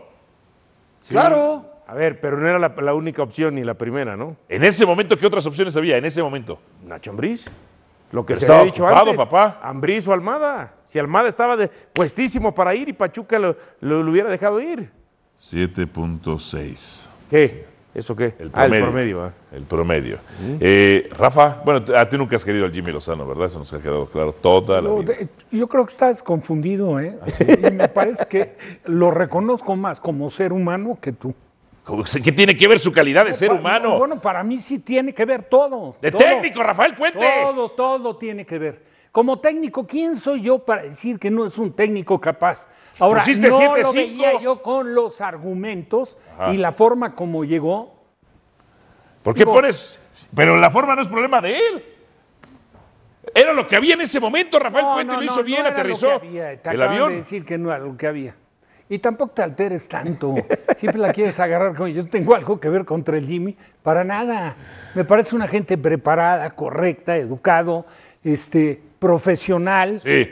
Speaker 6: Claro.
Speaker 5: A ver, pero no era la, la única opción ni la primera, ¿no?
Speaker 4: En ese momento, ¿qué otras opciones había? En ese momento.
Speaker 5: Nacho Ambriz. Lo que se
Speaker 4: Estaba
Speaker 5: había dicho
Speaker 4: ocupado,
Speaker 5: antes.
Speaker 4: papá.
Speaker 5: Ambriz o Almada. Si Almada estaba de, puestísimo para ir y Pachuca lo, lo- lo hubiera dejado ir.
Speaker 4: 7.6.
Speaker 5: ¿Qué? ¿Eso qué?
Speaker 4: El
Speaker 5: Ah,
Speaker 4: promedio.
Speaker 5: promedio, ah.
Speaker 4: El promedio. Eh, Rafa, bueno, t- a ti nunca has querido al Jimmy Lozano, ¿verdad? Eso nos ha quedado claro toda la
Speaker 7: No,
Speaker 4: vida. ¿Ah,
Speaker 7: de- yo creo que estás confundido, ¿eh? Y me parece que lo reconozco más como ser humano que tú.
Speaker 4: ¿Cómo se- ¿Qué tiene que ver su calidad de ser
Speaker 7: Pa-
Speaker 4: humano?
Speaker 7: Bueno, para mí sí tiene que ver todo.
Speaker 4: de
Speaker 7: todo.
Speaker 4: técnico, Rafael Puente.
Speaker 7: Todo, todo tiene que ver. Como técnico, ¿quién soy yo para decir que no es un técnico capaz? Ahora,
Speaker 4: Pues Pusiste
Speaker 7: no
Speaker 4: siete,
Speaker 7: lo
Speaker 4: cinco.
Speaker 7: veía yo con los argumentos
Speaker 4: Ajá.
Speaker 7: y la forma como llegó.
Speaker 4: ¿Por qué
Speaker 7: digo-
Speaker 4: pones.? Pero la forma no es problema de él. Era lo que había en ese momento. Rafael
Speaker 7: No,
Speaker 4: Puente
Speaker 7: no,
Speaker 4: lo
Speaker 7: no,
Speaker 4: hizo
Speaker 7: no
Speaker 4: bien,
Speaker 7: era lo que
Speaker 4: aterrizó.
Speaker 7: había. Te
Speaker 4: El
Speaker 7: acaban
Speaker 4: avión.
Speaker 7: de decir que no era lo que había. Y tampoco te alteres tanto. Siempre la quieres agarrar con yo tengo algo que ver contra el Jimmy, para nada. Me parece una gente preparada, correcta, educado, este, profesional.
Speaker 4: Sí.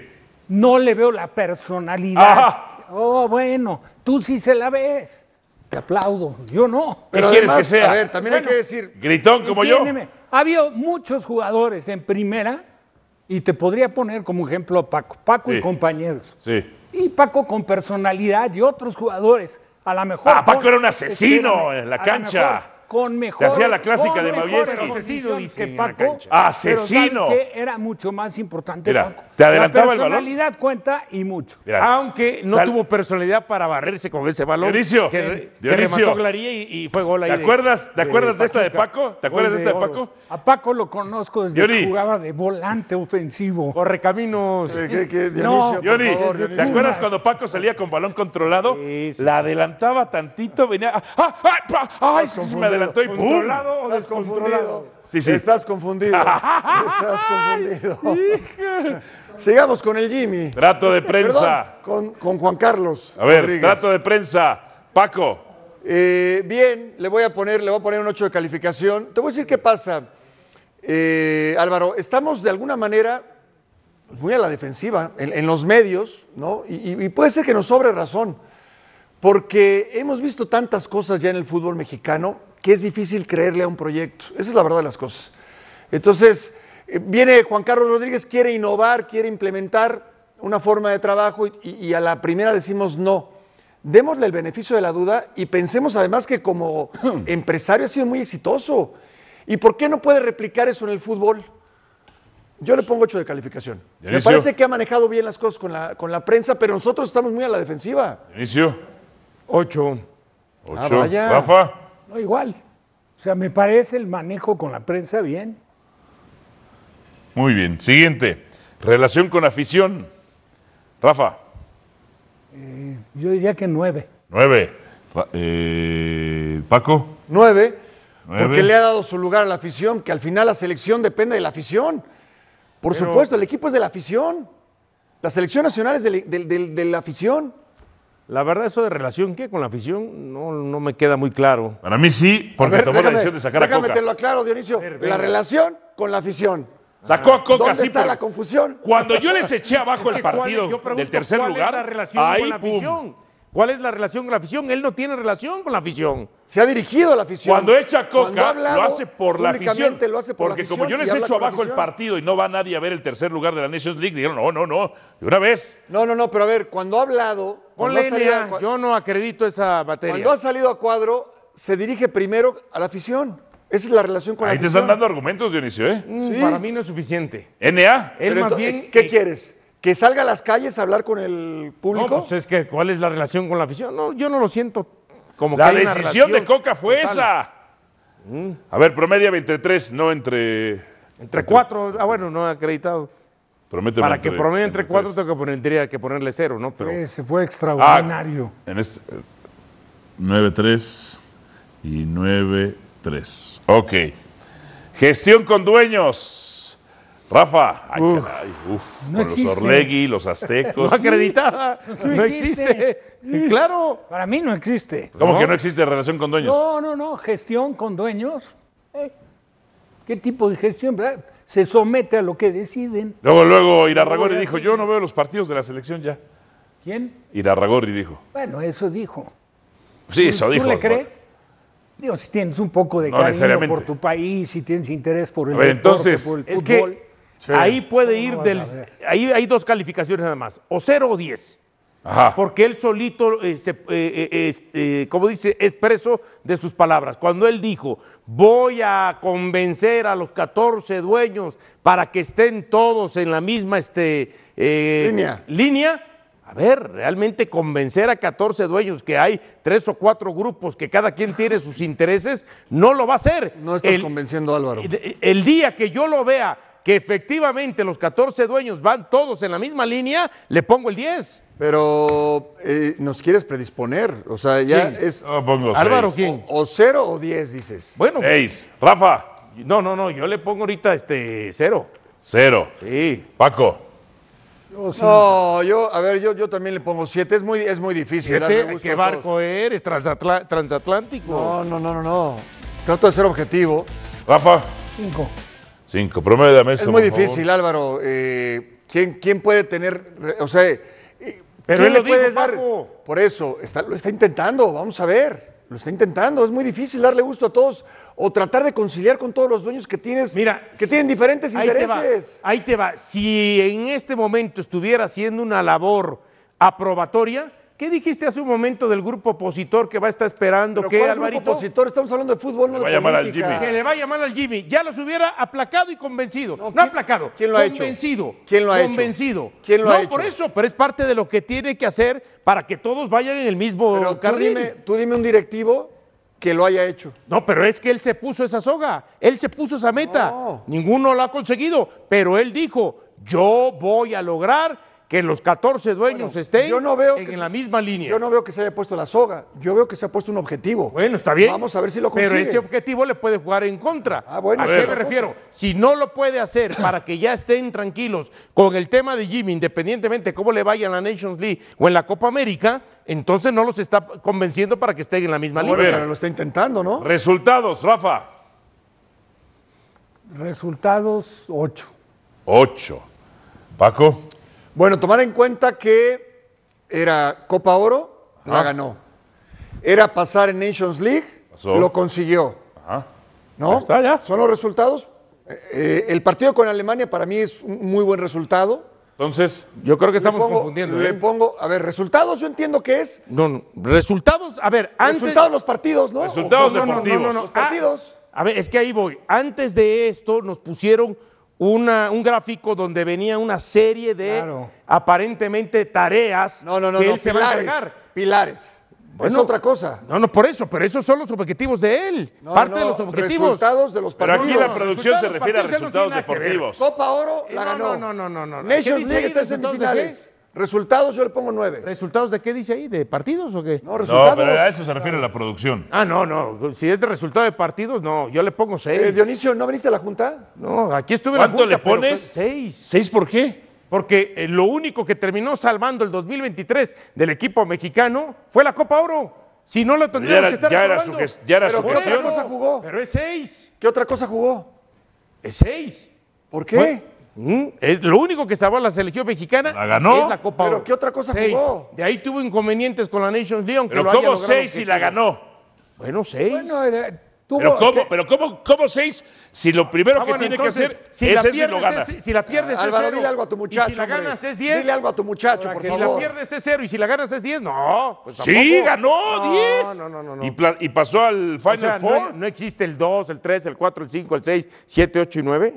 Speaker 7: No le veo la personalidad.
Speaker 4: Ajá.
Speaker 7: Oh, bueno, tú sí se la ves. Te aplaudo, yo no.
Speaker 4: ¿Qué quieres que sea?
Speaker 6: A ver, también hay que decir,
Speaker 4: Gritón como yo.
Speaker 7: Entiéndeme, Ha habido muchos jugadores en primera y te podría poner como ejemplo a Paco, Paco
Speaker 4: Sí.
Speaker 7: y compañeros.
Speaker 4: Sí.
Speaker 7: Y Paco con personalidad y otros jugadores. A lo mejor.
Speaker 4: Ah, Paco
Speaker 7: con-
Speaker 4: era un asesino
Speaker 7: Espérame,
Speaker 4: en la
Speaker 7: a lo
Speaker 4: cancha.
Speaker 7: mejor con mejor.
Speaker 4: hacía la clásica de Maviesky.
Speaker 5: Asesino,
Speaker 7: Asesino,
Speaker 5: dice,
Speaker 7: dice
Speaker 5: en la
Speaker 7: Paco.
Speaker 5: cancha.
Speaker 4: Asesino.
Speaker 7: pero ¿sabes qué? era mucho más importante.
Speaker 4: Mira,
Speaker 7: Paco.
Speaker 4: te adelantaba el
Speaker 7: La
Speaker 4: balón.
Speaker 7: personalidad cuenta y mucho.
Speaker 4: Mira,
Speaker 5: Aunque no
Speaker 4: Sal-
Speaker 5: tuvo personalidad para barrerse con ese balón.
Speaker 4: Dionisio,
Speaker 5: Que, re- que
Speaker 4: Dionisio.
Speaker 5: remató Glaría y, y fue gol ahí.
Speaker 4: ¿Te
Speaker 5: de-
Speaker 4: acuerdas- te acuerdas de esta de
Speaker 5: Pachuca.
Speaker 4: Paco? ¿Te acuerdas
Speaker 5: Gol
Speaker 4: de esta de
Speaker 5: oro.
Speaker 4: Paco?
Speaker 7: A Paco lo conozco desde
Speaker 4: Yuri.
Speaker 7: que jugaba de volante ofensivo.
Speaker 5: Correcaminos.
Speaker 6: eh, que- que Dionisio,
Speaker 7: No,
Speaker 6: por
Speaker 4: Johnny,
Speaker 6: favor,
Speaker 4: ¿te
Speaker 6: Dionisio.
Speaker 4: acuerdas cuando Paco salía con balón controlado?
Speaker 5: Sí, sí.
Speaker 4: La adelantaba tantito, venía. ¡Ah! ¡Ah! ah, pa- ¡Ay! sí, sí, me adelantó y ¡pum!
Speaker 5: ¿Controlado o
Speaker 6: Estás
Speaker 5: descontrolado?
Speaker 6: confundido.
Speaker 4: Sí, sí. <laughs>
Speaker 6: Estás confundido. Estás confundido. Sigamos con el Jimmy.
Speaker 4: Trato de prensa.
Speaker 6: Perdón, con, con Juan Carlos.
Speaker 4: A ver,
Speaker 6: Rodríguez.
Speaker 4: trato de prensa. Paco,
Speaker 6: Eh, bien, le voy a poner, le voy a poner un 8 de calificación. Te voy a decir qué pasa. Eh, Álvaro, estamos de alguna manera muy a la defensiva, en, en los medios, ¿no? Y, y- y puede ser que nos sobre razón, porque hemos visto tantas cosas ya en el fútbol mexicano que es difícil creerle a un proyecto. Esa es la verdad de las cosas. Entonces, eh, viene Juan Carlos Rodríguez, quiere innovar, quiere implementar una forma de trabajo y, y- y a la primera decimos no. Démosle el beneficio de la duda y pensemos además que como empresario ha sido muy exitoso. ¿Y por qué no puede replicar eso en el fútbol? Yo le pongo 8 de calificación. Me
Speaker 4: Dionisio.
Speaker 6: parece que ha manejado bien las cosas con la, con la prensa, pero nosotros estamos muy a la defensiva.
Speaker 4: inicio.
Speaker 5: Ocho.
Speaker 4: Ocho.
Speaker 6: Ah, vaya.
Speaker 4: Rafa,
Speaker 7: No, igual. O sea, me parece el manejo con la prensa bien.
Speaker 4: muy bien. Siguiente. Relación con afición. Rafa,
Speaker 7: Yo diría que nueve.
Speaker 4: nueve. Ra- eh, Paco,
Speaker 6: 9,
Speaker 4: Nueve.
Speaker 6: porque le ha dado su lugar a la afición, que al final la selección depende de la afición. Por supuesto, el equipo es de la afición. La selección nacional es del- del- del- de la afición.
Speaker 5: La verdad, eso de relación, ¿qué? Con la afición, no, no me queda muy claro.
Speaker 4: para mí sí, porque
Speaker 6: A ver,
Speaker 4: tomó la
Speaker 6: déjame-
Speaker 4: decisión de sacar a
Speaker 6: Déjame
Speaker 4: Coca.
Speaker 6: te lo aclaro, Dionisio. la relación con la afición.
Speaker 4: Sacó a Coca,
Speaker 6: ¿Dónde
Speaker 4: sí,
Speaker 6: está
Speaker 4: pero-
Speaker 6: la confusión?
Speaker 4: Cuando yo les eché abajo el
Speaker 5: ¿Cuál es?
Speaker 4: partido
Speaker 5: Yo pregunto,
Speaker 4: del tercer
Speaker 5: ¿cuál
Speaker 4: lugar,
Speaker 5: es la relación
Speaker 4: ahí,
Speaker 5: con la
Speaker 4: pum.
Speaker 5: afición? ¿Cuál es la relación con la afición? Él no tiene relación con la afición.
Speaker 6: Se ha dirigido a la afición.
Speaker 4: Cuando echa
Speaker 6: Cuando ha
Speaker 4: coca,
Speaker 6: hablado
Speaker 4: lo hace por la afición.
Speaker 6: públicamente, Lo hace por la
Speaker 4: porque
Speaker 6: afición
Speaker 4: como yo
Speaker 6: y
Speaker 4: les
Speaker 6: habla
Speaker 4: echo
Speaker 6: con la
Speaker 4: abajo el
Speaker 6: afición.
Speaker 4: partido y no va nadie a ver el tercer lugar de la Nations League, dijeron, no, no, no, de una vez.
Speaker 6: No, no, no, pero a ver, cuando ha hablado. cuando
Speaker 5: Ponle
Speaker 6: ha salido
Speaker 5: NA,
Speaker 6: a cua-
Speaker 5: yo no acredito esa materia.
Speaker 6: Cuando ha salido a cuadro, se dirige primero a la afición. Esa es la relación con
Speaker 4: Ahí
Speaker 6: la
Speaker 4: te
Speaker 6: afición.
Speaker 4: están dando argumentos, Dionisio, ¿eh?
Speaker 5: Mm, Para mí no es suficiente.
Speaker 4: NA.
Speaker 5: Él
Speaker 6: Pero
Speaker 5: más
Speaker 6: ento-
Speaker 5: bien.
Speaker 6: ¿Qué
Speaker 5: eh,
Speaker 6: quieres? ¿Que salga a las calles a hablar con el
Speaker 5: No,
Speaker 6: público?
Speaker 5: pues es que ¿cuál es la relación con la afición? No, yo no lo siento como
Speaker 4: La
Speaker 5: que hay una
Speaker 4: decisión de
Speaker 5: relación
Speaker 4: Coca fue
Speaker 5: total. Mm.
Speaker 4: esa. A ver, promedia 23, no entre.
Speaker 5: Entre cuatro, ah, bueno, no ha acreditado.
Speaker 4: Prométeme
Speaker 5: Para que
Speaker 4: entre-
Speaker 5: promedio entre
Speaker 4: entre
Speaker 5: cuatro
Speaker 4: tres.
Speaker 5: tengo que poner- tendría que ponerle cero, ¿no? Pero
Speaker 7: Se fue extraordinario.
Speaker 4: En este. 9-3 y 9-3. Ok. Gestión con dueños. Rafa. Ay, caray, uf,
Speaker 7: No
Speaker 4: con
Speaker 7: existe.
Speaker 4: los Orlegui, los aztecos.
Speaker 5: <laughs> <laughs> no acreditada,
Speaker 7: No
Speaker 5: Ah, no
Speaker 7: existe.
Speaker 5: existe. Claro.
Speaker 7: Para mí no existe.
Speaker 4: Mm. ¿Cómo que no existe relación con dueños?
Speaker 7: No, no, no. Gestión con dueños. Eh, ¿Qué tipo de gestión? verdad? Se somete a lo que deciden.
Speaker 4: Luego, luego, Irarragorri dijo, yo no veo los partidos de la selección ya.
Speaker 7: ¿Quién?
Speaker 4: Irarragorri dijo.
Speaker 7: Bueno, eso dijo.
Speaker 4: Sí, eso
Speaker 7: ¿Tú
Speaker 4: dijo.
Speaker 7: le crees? Digo, si tienes un poco de
Speaker 4: No
Speaker 7: cariño
Speaker 4: necesariamente.
Speaker 7: por tu país, si tienes interés por el
Speaker 4: A ver,
Speaker 7: deporte,
Speaker 4: entonces,
Speaker 7: por el
Speaker 5: Es
Speaker 7: fútbol.
Speaker 5: que ahí puede
Speaker 7: ¿Cómo
Speaker 5: ir
Speaker 7: vas
Speaker 5: del.
Speaker 7: a ver?
Speaker 5: Ahí hay dos calificaciones nada más, o cero o diez.
Speaker 4: Ajá.
Speaker 5: Porque él solito, eh, se- eh, eh, es- eh, como dice, es preso de sus palabras. Cuando él dijo, voy a convencer a los 14 dueños para que estén todos en la misma este, eh,
Speaker 6: Línea.
Speaker 5: línea, a ver, realmente convencer a 14 dueños que hay tres o cuatro grupos que cada quien tiene sus intereses, no lo va a hacer.
Speaker 6: No estás
Speaker 5: El-
Speaker 6: convenciendo a Álvaro.
Speaker 5: el, el día que yo lo vea, que efectivamente los 14 dueños van todos en la misma línea, le pongo el 10.
Speaker 6: Pero eh, nos quieres predisponer. O sea, ya es.
Speaker 4: No, pongo
Speaker 5: Oh, pues Álvaro,
Speaker 4: seis.
Speaker 5: ¿quién?
Speaker 6: O cero o diez, dices.
Speaker 5: Bueno,
Speaker 4: Seis. Rafa,
Speaker 5: no, no, no, yo le pongo ahorita este cero.
Speaker 4: cero.
Speaker 5: Sí.
Speaker 4: Paco,
Speaker 6: No, yo, a ver, yo, yo también le pongo siete. Es muy, es muy difícil. darle
Speaker 5: Fíjate,
Speaker 6: gusto
Speaker 5: ¿Qué
Speaker 6: a todos.
Speaker 5: barco eres? Transatla- transatlántico.
Speaker 6: No, no, no, no, no. Trato de ser objetivo.
Speaker 4: Rafa,
Speaker 7: Cinco.
Speaker 4: cinco. Promedio de
Speaker 6: es muy difícil,
Speaker 5: ¿ah?
Speaker 6: Álvaro. Eh, ¿quién, ¿Quién puede tener, re- o sea, eh,
Speaker 5: Pero
Speaker 6: ¿quién
Speaker 5: él lo dijo, Paco.
Speaker 6: Por eso, está- lo está intentando, vamos a ver. Lo está intentando, es muy difícil darle gusto a todos o tratar de conciliar con todos los dueños que tienes,
Speaker 5: Mira,
Speaker 6: que tienen diferentes
Speaker 5: ahí te va,
Speaker 6: intereses.
Speaker 5: Ahí te va, Si en este momento estuviera haciendo una labor aprobatoria, ¿qué dijiste hace un momento del grupo opositor que va a estar esperando
Speaker 6: Pero
Speaker 5: que
Speaker 6: ¿cuál grupo
Speaker 5: Alvarito?
Speaker 6: opositor? Estamos hablando de fútbol, no
Speaker 4: Le va
Speaker 6: de
Speaker 4: a llamar al
Speaker 6: política.
Speaker 4: Jimmy.
Speaker 5: Que le vaya mal al Jimmy. Ya los hubiera aplacado y convencido. No,
Speaker 6: ¿quién-
Speaker 5: aplacado.
Speaker 6: quién lo ha hecho?
Speaker 5: convencido,
Speaker 6: ¿Quién lo ha hecho?
Speaker 5: Convencido.
Speaker 6: ¿Quién lo
Speaker 5: no
Speaker 6: ha hecho?
Speaker 5: por eso, pero es parte de lo que tiene que hacer para que todos vayan en el mismo
Speaker 6: Pero tú
Speaker 5: carril.
Speaker 6: dime, tú dime un directivo que lo haya hecho.
Speaker 5: No, pero es que él se puso esa soga, él se puso esa meta. Ninguno lo ha conseguido, pero él dijo, yo voy a lograr que los 14 dueños estén
Speaker 6: yo no veo
Speaker 5: en,
Speaker 6: que
Speaker 5: la
Speaker 6: se-
Speaker 5: misma línea.
Speaker 6: Yo no veo que se haya puesto la soga, yo veo que se ha puesto un objetivo.
Speaker 5: Bueno, está bien.
Speaker 6: Vamos a ver si lo consigue.
Speaker 5: Pero ese objetivo le puede jugar en contra.
Speaker 6: Ah, bueno,
Speaker 5: ¿A
Speaker 6: es
Speaker 5: qué
Speaker 6: otra
Speaker 5: me
Speaker 6: cosa.
Speaker 5: refiero? Si no lo puede hacer para que ya estén tranquilos con el tema de Jimmy, independientemente de cómo le vaya en la Nations League o en la Copa América, entonces no los está convenciendo para que estén en la misma
Speaker 4: Muy
Speaker 5: línea.
Speaker 4: bien.
Speaker 6: Pero lo está intentando, ¿no?
Speaker 4: Resultados, Rafa.
Speaker 7: Resultados, ocho.
Speaker 4: Ocho. Paco,
Speaker 6: Bueno, tomar en cuenta que era Copa Oro, la ganó. Era pasar en Nations League,
Speaker 4: Pasó.
Speaker 6: lo consiguió. ¿No?
Speaker 4: Ahí está, ya.
Speaker 6: Son los resultados. Eh, eh, el partido con Alemania para mí es un muy buen resultado.
Speaker 4: entonces,
Speaker 5: Yo creo que
Speaker 6: Le
Speaker 5: estamos
Speaker 6: pongo-
Speaker 5: confundiendo.
Speaker 6: Le
Speaker 5: ¿eh?
Speaker 6: pongo, a ver, resultados yo entiendo que es
Speaker 5: No, no. Resultados, a ver, antes.
Speaker 6: resultados de los partidos, ¿no?
Speaker 4: Resultados
Speaker 6: O- no, no, no,
Speaker 4: deportivos.
Speaker 6: no, no, Los partidos.
Speaker 5: Ah, a ver, es que ahí voy. Antes de esto nos pusieron una, un gráfico donde venía una serie de
Speaker 7: Claro.
Speaker 5: aparentemente tareas
Speaker 6: No, no, no,
Speaker 5: que
Speaker 6: no,
Speaker 5: él se va a
Speaker 6: pilares.
Speaker 5: encargar.
Speaker 6: Pilares. es
Speaker 5: Bueno,
Speaker 6: otra cosa.
Speaker 5: No, no, por eso, pero esos son los objetivos de él.
Speaker 6: No,
Speaker 5: parte
Speaker 6: no,
Speaker 5: de
Speaker 6: no,
Speaker 5: los objetivos.
Speaker 6: Resultados de los
Speaker 4: pero
Speaker 6: partidos.
Speaker 4: aquí la producción se
Speaker 5: Resultados,
Speaker 4: refiere a
Speaker 5: partidos, no
Speaker 4: resultados
Speaker 5: tiene nada que ver.
Speaker 4: deportivos.
Speaker 6: Copa Oro
Speaker 5: Eh,
Speaker 6: la
Speaker 5: no,
Speaker 6: ganó.
Speaker 5: no, no, no, no, no. ¿Qué
Speaker 6: Nations
Speaker 5: dice
Speaker 6: League
Speaker 5: ahí?
Speaker 6: está en
Speaker 5: ¿Resultados de
Speaker 6: semifinales. Resultados yo le pongo nueve.
Speaker 5: ¿Resultados de qué dice ahí? ¿De partidos o qué?
Speaker 6: No,
Speaker 4: No,
Speaker 6: resultados.
Speaker 4: pero a eso se refiere la producción.
Speaker 5: Ah, no, no. Si es de resultado de partidos, no. Yo le pongo seis.
Speaker 6: Eh, Dionisio, ¿no viniste a la junta?
Speaker 5: No, aquí estuve en la
Speaker 4: ¿Cuánto
Speaker 5: junta,
Speaker 4: le
Speaker 5: pero
Speaker 4: pones?
Speaker 5: fue seis.
Speaker 4: ¿Seis por qué?
Speaker 5: Porque eh, lo único que terminó salvando el 2023 del equipo mexicano fue la Copa Oro. Si no lo
Speaker 4: Ya
Speaker 5: tendríamos que
Speaker 4: era,
Speaker 5: estar
Speaker 4: ya era su,
Speaker 5: aprobando.
Speaker 4: ges- ya era
Speaker 6: Pero
Speaker 4: su
Speaker 6: ¿qué otra
Speaker 4: gestión.
Speaker 6: cosa jugó?
Speaker 5: Pero es seis.
Speaker 6: ¿Qué otra cosa jugó?
Speaker 5: Es seis.
Speaker 6: ¿Por qué?
Speaker 5: Mm, es lo único que salvó a la selección mexicana
Speaker 4: La ganó.
Speaker 5: es la Copa
Speaker 6: Pero
Speaker 5: Oro.
Speaker 6: ¿qué otra cosa
Speaker 5: Seis.
Speaker 6: jugó?
Speaker 5: De ahí tuvo inconvenientes con la Nations League. aunque
Speaker 4: Pero
Speaker 5: lo haya
Speaker 4: ¿cómo
Speaker 5: logrado
Speaker 4: seis
Speaker 5: que-
Speaker 4: si la ganó?
Speaker 5: Bueno, seis.
Speaker 7: Bueno, era- tuvo-
Speaker 4: Pero ¿cómo, pero cómo, cómo seis si lo primero
Speaker 5: Ah,
Speaker 4: que
Speaker 5: bueno,
Speaker 4: tiene
Speaker 5: entonces,
Speaker 4: que hacer
Speaker 5: si la
Speaker 4: es ese y lo
Speaker 5: pierdes
Speaker 4: gana?
Speaker 5: es- si la pierdes es
Speaker 6: Ah, Álvaro,
Speaker 5: cero.
Speaker 6: dile algo a tu
Speaker 5: Y
Speaker 6: muchacho.
Speaker 5: Si la
Speaker 6: hombre.
Speaker 5: ganas es 10.
Speaker 6: Dile algo a tu muchacho, por
Speaker 5: Si
Speaker 6: favor.
Speaker 5: la pierdes es cero y si la ganas es 10, no. pues
Speaker 4: sí,
Speaker 5: tampoco.
Speaker 4: ganó
Speaker 5: No,
Speaker 4: 10.
Speaker 5: No, no, no. no.
Speaker 4: Y, pla- y pasó al Final
Speaker 5: O sea, no,
Speaker 4: Four.
Speaker 5: no existe el 2, el 3, el 4, el 5, el 6, 7, 8 y 9.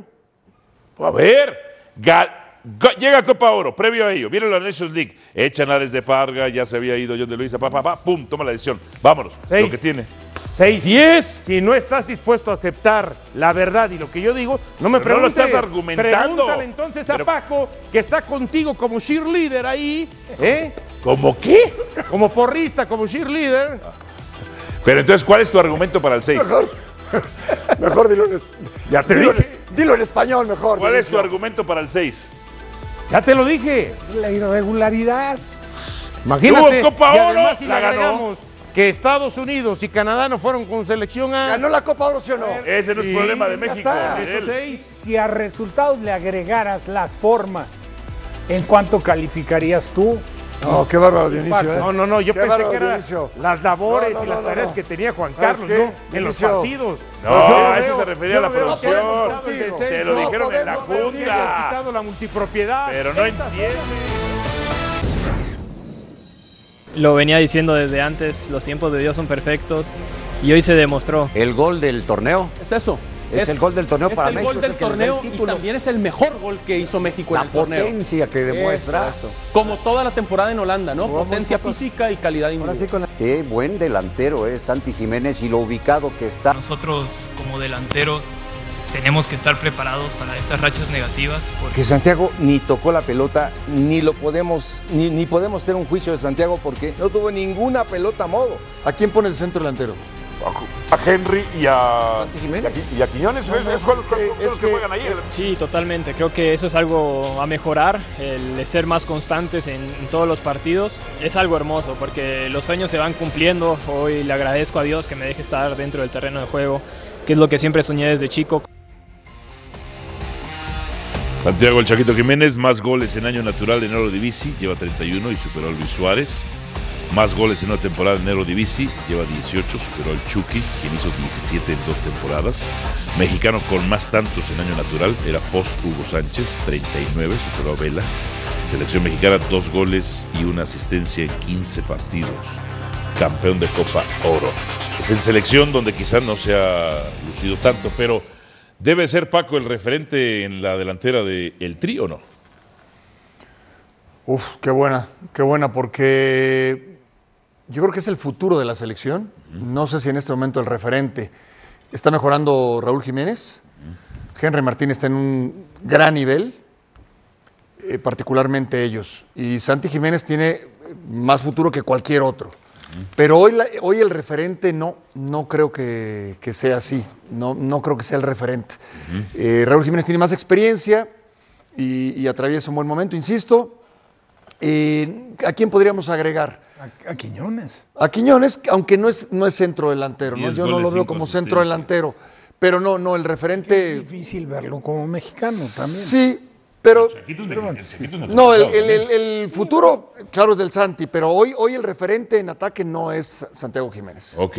Speaker 4: Pues, A ver, ga- ga- llega Copa Oro, previo a ello, viene la Nations League, echan Ares de Parga, ya se había ido John de Luisa, pa, pa, pa, pum, toma la decisión, vámonos,
Speaker 5: Seis.
Speaker 4: lo que tiene.
Speaker 5: Seis.
Speaker 4: Diez.
Speaker 5: Si no estás dispuesto a aceptar la verdad y lo que yo digo, no me
Speaker 4: Pero no lo
Speaker 5: preguntes.
Speaker 4: estás argumentando.
Speaker 5: Pregúntale entonces a
Speaker 4: Pero-
Speaker 5: Paco, que está contigo como cheerleader ahí, ¿eh?
Speaker 4: ¿Cómo qué?
Speaker 5: como porrista, como cheerleader.
Speaker 4: Pero entonces, ¿cuál es tu argumento para el 6?
Speaker 6: <laughs> Mejor dilo en, es-
Speaker 5: Ya te
Speaker 6: dilo,
Speaker 5: dije.
Speaker 6: en- dilo en español, mejor.
Speaker 4: ¿Cuál es tu
Speaker 6: Dionisio.
Speaker 4: argumento para el 6?
Speaker 5: Ya te lo dije.
Speaker 7: La irregularidad.
Speaker 5: Imagínate.
Speaker 4: Tuvo Copa
Speaker 5: y
Speaker 4: Oro,
Speaker 5: además, si
Speaker 4: la
Speaker 5: le
Speaker 4: ganó.
Speaker 5: agregamos que Estados Unidos y Canadá no fueron con selección A.
Speaker 6: ¿Ganó la Copa Oro, sí o no?
Speaker 4: Ese no es
Speaker 5: Sí,
Speaker 4: problema de
Speaker 5: ya
Speaker 4: México.
Speaker 6: está.
Speaker 4: Miguel.
Speaker 5: Esos seis.
Speaker 7: Si a resultados le agregaras las formas, ¿en cuánto calificarías tú?
Speaker 6: No, qué bárbaro, Dionisio. ¿eh?
Speaker 5: No, no, no, yo
Speaker 6: Qué
Speaker 5: pensé
Speaker 6: bárbaro,
Speaker 5: que eran
Speaker 6: Dionisio.
Speaker 5: las labores
Speaker 6: No, no,
Speaker 5: y las
Speaker 6: no, no,
Speaker 5: tareas
Speaker 6: no.
Speaker 5: que tenía Juan
Speaker 6: ¿Sabes
Speaker 5: Carlos,
Speaker 6: qué,
Speaker 5: ¿no? En los
Speaker 6: Dionisio?
Speaker 5: partidos.
Speaker 4: No,
Speaker 5: Pues yo
Speaker 4: a eso se refería
Speaker 5: yo
Speaker 4: la
Speaker 5: veo que
Speaker 4: producción.
Speaker 5: hemos quitado el
Speaker 6: Te lo
Speaker 5: descenso,
Speaker 4: dijeron en la
Speaker 5: podemos ver que
Speaker 4: junta.
Speaker 5: hemos quitado la multipropiedad.
Speaker 4: Pero no
Speaker 5: Estas
Speaker 4: entiende.
Speaker 11: Lo venía diciendo desde antes, los tiempos de Dios son perfectos y hoy se demostró.
Speaker 9: El gol del torneo.
Speaker 1: Es eso.
Speaker 9: Es el gol del torneo
Speaker 1: Es
Speaker 9: para
Speaker 1: el
Speaker 9: México,
Speaker 1: gol
Speaker 9: es el
Speaker 1: del
Speaker 9: que nos da el
Speaker 1: torneo y
Speaker 9: título.
Speaker 1: también es el mejor gol que hizo México
Speaker 9: La
Speaker 1: en el torneo.
Speaker 9: potencia que demuestra.
Speaker 1: Eso, eso. Como toda la temporada en Holanda, ¿no?
Speaker 9: Jugó muy
Speaker 1: Potencia
Speaker 9: pocos-
Speaker 1: física y calidad individual.
Speaker 9: Qué buen delantero es Santi Jiménez y lo ubicado que está.
Speaker 11: Nosotros como delanteros tenemos que estar preparados para estas rachas negativas porque
Speaker 9: Que Santiago ni tocó la pelota, ni lo podemos, ni, ni podemos hacer un juicio de Santiago porque no tuvo ninguna pelota a modo.
Speaker 6: ¿A quién pone el centro delantero?
Speaker 4: A Henry y a,
Speaker 9: Santi Jiménez.
Speaker 4: y a Qui- y a Quiñones.
Speaker 6: No,
Speaker 4: es-
Speaker 6: no, eh,
Speaker 4: es- son los,
Speaker 6: es
Speaker 4: son los que,
Speaker 6: que-
Speaker 4: juegan ahí.
Speaker 11: Sí, totalmente. Creo que eso es algo a mejorar, el ser más constantes en, en todos los partidos. Es algo hermoso porque los sueños se van cumpliendo. Hoy le agradezco a Dios que me deje estar dentro del terreno de juego, que es lo que siempre soñé desde chico.
Speaker 4: Santiago El Chaquito Jiménez, más goles en año natural en Eredivisie, lleva 31 y superó al Luis Suárez. Más goles en una temporada en Eredivisie, lleva 18, superó al Chucky, quien hizo 17 en dos temporadas. Mexicano con más tantos en año natural era post Hugo Sánchez, 39, superó a Vela. Selección mexicana, dos goles y una asistencia en 15 partidos. Campeón de Copa Oro. Es en selección donde quizás no se ha lucido tanto, pero debe ser Paco el referente en la delantera del el Tri o no.
Speaker 6: Uf, qué buena, qué buena, porque yo creo que es el futuro de la selección. No sé si en este momento el referente. Está mejorando Raúl Jiménez. Henry Martínez está en un gran nivel, eh, particularmente ellos. Y Santi Jiménez tiene eh, más futuro que cualquier otro. Pero hoy, la- hoy el referente no, no creo que, que sea así. No, no creo que sea el referente. Eh, Raúl Jiménez tiene más experiencia y- y atraviesa un buen momento, insisto. Eh, ¿A quién podríamos agregar?
Speaker 7: A, a Quiñones.
Speaker 6: A Quiñones, aunque no es, no es centro delantero, ¿no?
Speaker 4: Diez
Speaker 6: yo no
Speaker 4: goles,
Speaker 6: lo veo
Speaker 4: cinco
Speaker 6: como
Speaker 4: asistencias.
Speaker 6: centro delantero, pero no, no, el
Speaker 7: Es
Speaker 6: referente...
Speaker 7: difícil verlo como mexicano también.
Speaker 6: Sí, pero... No,
Speaker 4: No,
Speaker 6: el, el- el- el futuro, claro, es del Santi, pero hoy, hoy el referente en ataque no es Santiago Jiménez.
Speaker 4: Ok.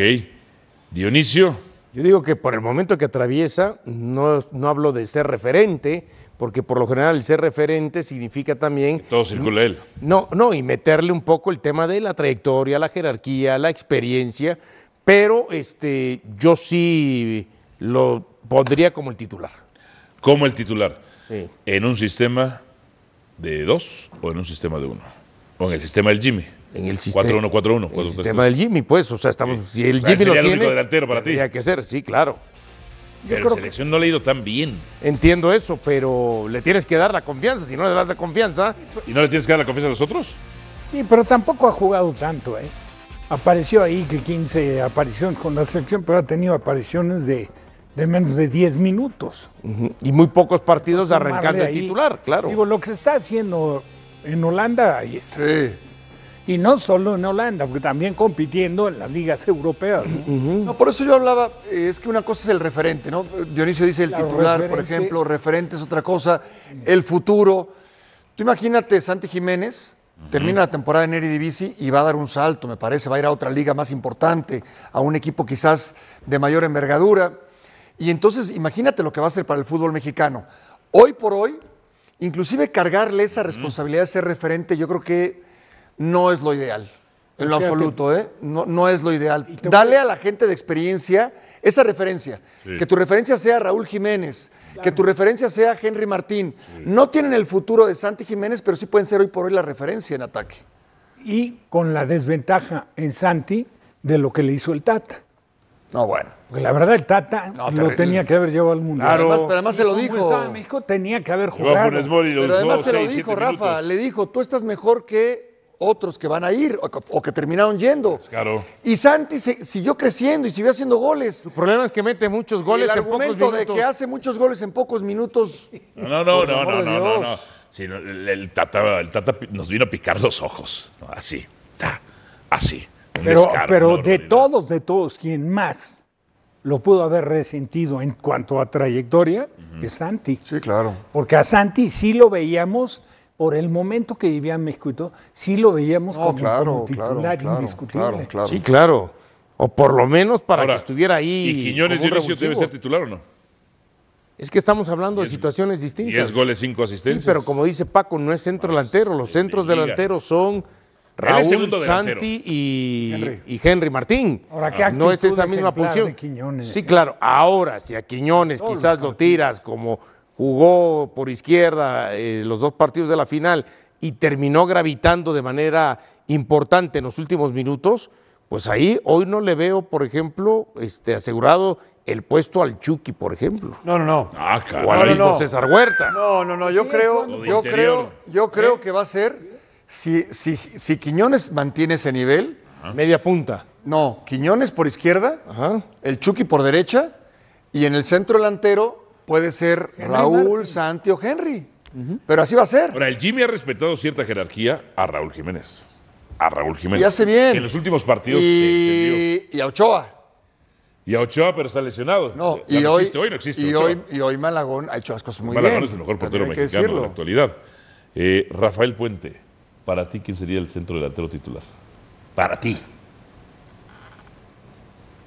Speaker 4: Dionisio.
Speaker 5: Yo digo que por el momento que atraviesa, no, no hablo de ser referente, porque por lo general el ser referente significa también
Speaker 4: Todo circula él.
Speaker 5: No, no, y meterle un poco el tema de la trayectoria, la jerarquía, la experiencia, pero este, yo sí lo pondría como el titular.
Speaker 4: Como el titular.
Speaker 5: Sí.
Speaker 4: ¿En un sistema de dos o en un sistema de uno? O en el sistema del Jimmy.
Speaker 5: En el sistema,
Speaker 4: 4-1-4-1.
Speaker 5: el sistema del Jimmy, pues, o sea, estamos, si el
Speaker 4: O sea,
Speaker 5: Jimmy
Speaker 4: sería
Speaker 5: lo
Speaker 4: el único
Speaker 5: tiene,
Speaker 4: delantero para ti.
Speaker 5: tendría que ser, sí, claro.
Speaker 4: Pero en selección no le ha ido tan bien.
Speaker 5: Entiendo eso, pero le tienes que dar la confianza, si no le das la confianza,
Speaker 4: ¿Y no le tienes que dar la confianza a los otros?
Speaker 7: Sí, pero tampoco ha jugado tanto, ¿eh? Apareció ahí que 15 apariciones con la selección, pero ha tenido apariciones de, de menos de 10 minutos.
Speaker 5: y muy pocos partidos
Speaker 7: Sumarle
Speaker 5: arrancando el
Speaker 7: ahí.
Speaker 5: titular, claro.
Speaker 7: Digo, lo que está haciendo en Holanda ahí es.
Speaker 6: Sí.
Speaker 7: Y no solo en Holanda, porque también compitiendo en las ligas europeas. ¿no?
Speaker 6: No, por eso yo hablaba, eh, es que una cosa es el referente, ¿no? Dionisio dice el
Speaker 7: Claro,
Speaker 6: titular, por
Speaker 7: referente.
Speaker 6: ejemplo, referente es otra cosa, el futuro. Tú imagínate, Santi Jiménez termina la temporada en Eredivisie y va a dar un salto, me parece, va a ir a otra liga más importante, a un equipo quizás de mayor envergadura. Y entonces imagínate lo que va a ser para el fútbol mexicano. Hoy por hoy, inclusive cargarle esa responsabilidad de ser referente, yo creo que no es lo ideal. En lo absoluto, ¿eh? No, no es lo ideal. Dale a la gente de experiencia esa referencia. Que tu referencia sea Raúl Jiménez, que tu referencia sea Henry Martín. No tienen el futuro de Santi Jiménez, pero sí pueden ser hoy por hoy la referencia en ataque.
Speaker 7: Y con la desventaja en Santi de lo que le hizo el Tata.
Speaker 6: No, bueno.
Speaker 7: Porque la verdad, el Tata lo
Speaker 6: terrible.
Speaker 7: tenía que haber llevado al mundial.
Speaker 6: Claro. Además- pero además se lo
Speaker 7: ¿Cómo
Speaker 6: dijo.
Speaker 7: estaba México tenía que haber
Speaker 4: Llevó a
Speaker 7: jugado.
Speaker 4: Funes Mori y lo
Speaker 6: Pero
Speaker 4: usó
Speaker 6: además se lo
Speaker 4: seis,
Speaker 6: dijo
Speaker 4: siete
Speaker 6: Rafa,
Speaker 4: minutos.
Speaker 6: le dijo, tú estás mejor que otros que van a ir o que, o que terminaron yendo.
Speaker 4: Claro.
Speaker 6: Y Santi se- siguió creciendo y siguió haciendo goles.
Speaker 5: El problema es que mete muchos
Speaker 6: el
Speaker 5: goles en pocos
Speaker 6: argumento de
Speaker 5: minutos.
Speaker 6: que hace muchos goles en pocos minutos.
Speaker 4: No, no,
Speaker 6: Por
Speaker 4: no,
Speaker 6: amor
Speaker 4: no,
Speaker 6: de
Speaker 4: no, no,
Speaker 6: Dios.
Speaker 4: no. Sí, no, el, el tata, el Tata pi- nos vino a picar los ojos. ¿no? Así, ta, así. Un
Speaker 7: Pero,
Speaker 4: descaro,
Speaker 7: pero
Speaker 4: una
Speaker 7: de
Speaker 4: barbaridad.
Speaker 7: todos, de todos, quien más lo pudo haber resentido en cuanto a trayectoria es Santi.
Speaker 6: Sí, claro.
Speaker 7: Porque a Santi sí lo veíamos, por el momento que vivía en México y todo, sí lo veíamos
Speaker 6: No,
Speaker 7: como,
Speaker 6: claro,
Speaker 7: como
Speaker 6: claro,
Speaker 7: titular
Speaker 6: claro,
Speaker 7: indiscutible.
Speaker 6: claro, claro.
Speaker 5: Sí, claro. O por lo menos para
Speaker 4: Ahora,
Speaker 5: que estuviera ahí.
Speaker 4: ¿Y Quiñones
Speaker 5: como un
Speaker 4: Dionisio debe ser
Speaker 5: revulsivo.
Speaker 4: titular o no?
Speaker 5: Es que estamos hablando
Speaker 4: Diez-
Speaker 5: de situaciones distintas.
Speaker 4: 10 goles, 5
Speaker 5: Sí,
Speaker 4: asistencias.
Speaker 5: pero como dice Paco, no es centro delantero. Los
Speaker 4: de
Speaker 5: centros
Speaker 4: liga.
Speaker 5: delanteros son
Speaker 4: Pues, Él es
Speaker 5: Raúl,
Speaker 4: segundo delantero.
Speaker 5: Santi y
Speaker 7: Henry.
Speaker 5: Henry, y Henry Martín.
Speaker 7: Ahora, ¿qué
Speaker 5: no es
Speaker 7: actitud
Speaker 5: esa misma
Speaker 7: ejemplar
Speaker 5: posición.
Speaker 7: de Quiñones,
Speaker 5: sí,
Speaker 7: eh?
Speaker 5: claro. Ahora, si a Quiñones
Speaker 7: Todos los
Speaker 5: quizás lo tiras como jugó por izquierda eh, los dos partidos de la final y terminó gravitando de manera importante en los últimos minutos, pues ahí hoy no le veo, por ejemplo, este, asegurado el puesto al Chucky, por ejemplo.
Speaker 6: No, no, no.
Speaker 4: Ah,
Speaker 5: O al
Speaker 4: caray.
Speaker 6: no,
Speaker 5: mismo
Speaker 6: no.
Speaker 5: César Huerta.
Speaker 6: No, no, no, yo
Speaker 5: Pues
Speaker 4: Juan. O
Speaker 6: creo,
Speaker 4: de
Speaker 6: yo
Speaker 4: interior.
Speaker 6: creo,
Speaker 5: ¿Eh?
Speaker 6: yo creo que va a ser si, si, si Quiñones mantiene ese nivel,
Speaker 4: Ah.
Speaker 5: Media punta.
Speaker 6: no, Quiñones por izquierda,
Speaker 5: Ajá.
Speaker 6: el Chucky por derecha y en el centro delantero puede ser Raúl, Santi o Henry. Pero así va a ser.
Speaker 4: Ahora, el Jimmy ha respetado cierta jerarquía a Raúl Jiménez. A Raúl Jiménez.
Speaker 6: Y hace bien.
Speaker 4: En los últimos partidos se encendió.
Speaker 6: y, y a Ochoa.
Speaker 4: Y a Ochoa, pero está lesionado.
Speaker 6: No,
Speaker 4: Ya
Speaker 6: y
Speaker 4: no
Speaker 6: hoy,
Speaker 4: existe hoy, no existe
Speaker 6: y
Speaker 4: Ochoa.
Speaker 6: hoy, y hoy Malagón ha hecho las cosas muy
Speaker 4: Malagón
Speaker 6: bien.
Speaker 4: es el mejor portero
Speaker 6: También hay que
Speaker 4: mexicano de la
Speaker 6: decirlo.
Speaker 4: actualidad. Eh, Rafael Puente, para ti, ¿quién sería el centro delantero titular? Para ti,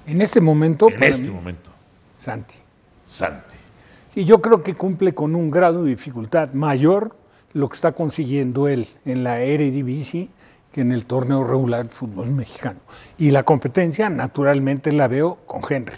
Speaker 7: En este momento,
Speaker 4: en
Speaker 7: para
Speaker 4: este
Speaker 7: mí,
Speaker 4: momento.
Speaker 7: Santi.
Speaker 4: Santi.
Speaker 7: Sí, yo creo que cumple con un grado de dificultad mayor lo que está consiguiendo él en la Eredivisie que en el torneo regular del fútbol mexicano. Y la competencia, naturalmente, la veo con Henry.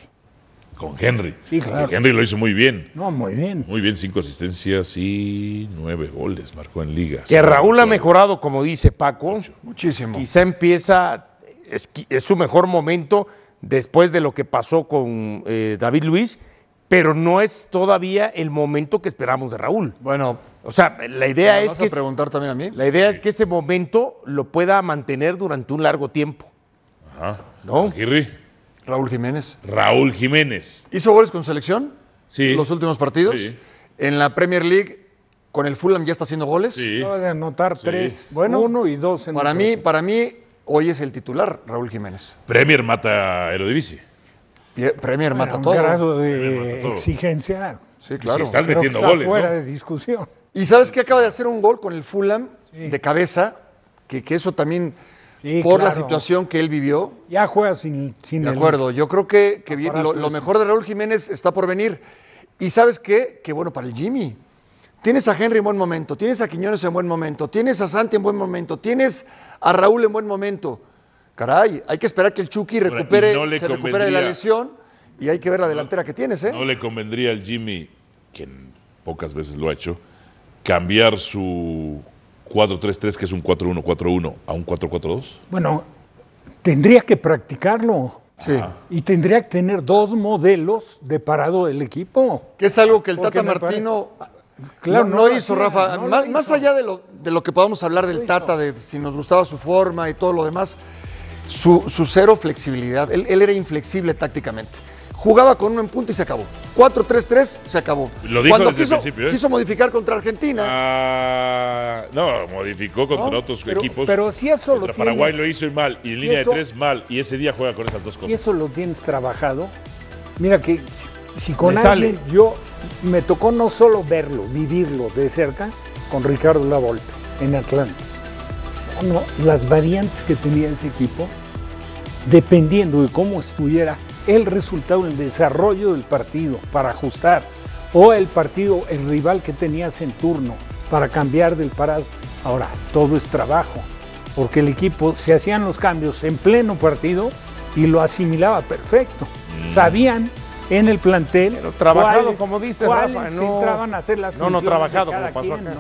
Speaker 4: Con Henry.
Speaker 7: Sí, claro.
Speaker 4: Que Henry lo hizo muy bien.
Speaker 7: No, muy bien.
Speaker 4: Muy bien, cinco asistencias y nueve goles marcó en liga.
Speaker 5: Que Raúl ha mejorado, como dice Paco.
Speaker 6: Muchísimo.
Speaker 5: Quizá empieza, es, qui- es su mejor momento después de lo que pasó con eh, David Luis, pero no es todavía el momento que esperamos de Raúl.
Speaker 6: Bueno,
Speaker 5: O sea, la idea
Speaker 6: ¿me
Speaker 5: es
Speaker 6: vas a
Speaker 5: que, es-
Speaker 6: preguntar también a mí?
Speaker 5: la idea es que ese momento lo pueda mantener durante un largo tiempo.
Speaker 4: Ajá.
Speaker 5: ¿No?
Speaker 4: Aguirre.
Speaker 6: Raúl Jiménez.
Speaker 4: Raúl Jiménez.
Speaker 6: ¿Hizo goles con selección?
Speaker 4: Sí.
Speaker 6: Los últimos partidos.
Speaker 4: Sí.
Speaker 6: En la Premier Legue, con el Fulham ya está haciendo goles.
Speaker 4: Sí.
Speaker 7: Acaba de anotar tres,
Speaker 6: Bueno,
Speaker 7: uno y dos. En
Speaker 6: Para
Speaker 7: el
Speaker 6: mí, para mí, hoy es el titular, Raúl Jiménez.
Speaker 4: Premier mata a Eredivisie.
Speaker 6: Pie- Premier
Speaker 7: torneo.
Speaker 6: mata
Speaker 7: un
Speaker 6: todo.
Speaker 7: grado
Speaker 4: mata
Speaker 7: de
Speaker 4: todo.
Speaker 7: exigencia.
Speaker 6: Sí, claro.
Speaker 4: Si estás
Speaker 7: creo que
Speaker 4: metiendo
Speaker 7: está
Speaker 4: goles, ¿no?
Speaker 7: fuera de discusión.
Speaker 6: Y sabes que acaba de hacer un gol con el Fulham de cabeza, que, que eso también,
Speaker 7: Sí,
Speaker 6: por la
Speaker 7: claro.
Speaker 6: situación que él vivió,
Speaker 7: Ya juega sin, sin
Speaker 6: De
Speaker 7: el-
Speaker 6: acuerdo, yo creo que, que bien, lo,
Speaker 7: aparato
Speaker 6: lo
Speaker 7: ese.
Speaker 6: mejor de Raúl Jiménez está por venir. Y sabes qué, qué bueno para el Jimmy. Tienes a Henry en buen momento, tienes a Quiñones en buen momento, tienes a Santi en buen momento, tienes a Raúl en buen momento. Caray, hay que esperar que el Chucky
Speaker 4: Ahora, y
Speaker 6: recupere,
Speaker 4: no le
Speaker 6: se recupere de la
Speaker 4: convendría-
Speaker 6: lesión y hay que ver la delantera que tienes, ¿eh?
Speaker 4: No le convendría al Jimmy, quien pocas veces lo ha hecho, cambiar su 4-3-3, que es un 4-1-4-1, a un 4-4-2.
Speaker 7: Bueno, tendría que practicarlo.
Speaker 6: sí.
Speaker 7: Y tendría que tener dos modelos de parado del equipo.
Speaker 6: Que es algo que el
Speaker 7: Porque
Speaker 6: Tata
Speaker 7: me pare-
Speaker 6: Martino
Speaker 7: Claro,
Speaker 6: no,
Speaker 7: no
Speaker 6: no
Speaker 7: lo
Speaker 6: hizo,
Speaker 7: hacía,
Speaker 6: Rafa.
Speaker 7: no lo
Speaker 6: más,
Speaker 7: hizo.
Speaker 6: más allá de lo, de lo que podamos hablar del Tata, de si nos gustaba su forma y todo lo demás, su, su cero flexibilidad. Él, él era inflexible tácticamente. Jugaba con uno en punto y se acabó. 4-3-3, se acabó.
Speaker 4: Lo dijo
Speaker 6: Cuando
Speaker 4: desde el
Speaker 6: quiso,
Speaker 4: principio, ¿eh?
Speaker 6: quiso modificar contra Argentina.
Speaker 4: Ah, no, modificó contra
Speaker 7: No,
Speaker 4: otros
Speaker 7: pero-
Speaker 4: equipos.
Speaker 7: pero si eso lo
Speaker 4: Contra Paraguay
Speaker 7: tienes-
Speaker 4: lo hizo y mal, y en
Speaker 7: si
Speaker 4: línea
Speaker 7: eso-
Speaker 4: de tres mal, y ese día juega con esas dos
Speaker 7: Si
Speaker 4: cosas.
Speaker 7: eso lo tienes trabajado, mira que si- si con
Speaker 5: Le
Speaker 7: alguien yo me tocó no solo verlo, vivirlo de cerca, con Ricardo Lavolpe en Atlanta. No, no, las variantes que tenía ese equipo, dependiendo de cómo estuviera el resultado, el desarrollo del partido para ajustar, o el partido, el rival que tenías en turno para cambiar del parado. Ahora, todo es trabajo, porque el equipo se hacían los cambios en pleno partido y lo asimilaba perfecto. Sabían en el plantel
Speaker 5: Mm. Pero trabajado,
Speaker 7: cuáles-
Speaker 5: como dice
Speaker 7: cuáles
Speaker 5: Rafa, no-
Speaker 7: entraban a hacer las
Speaker 5: no, no
Speaker 7: funciones
Speaker 5: trabajado,
Speaker 7: de cada
Speaker 5: como pasó
Speaker 7: quien,
Speaker 5: acá.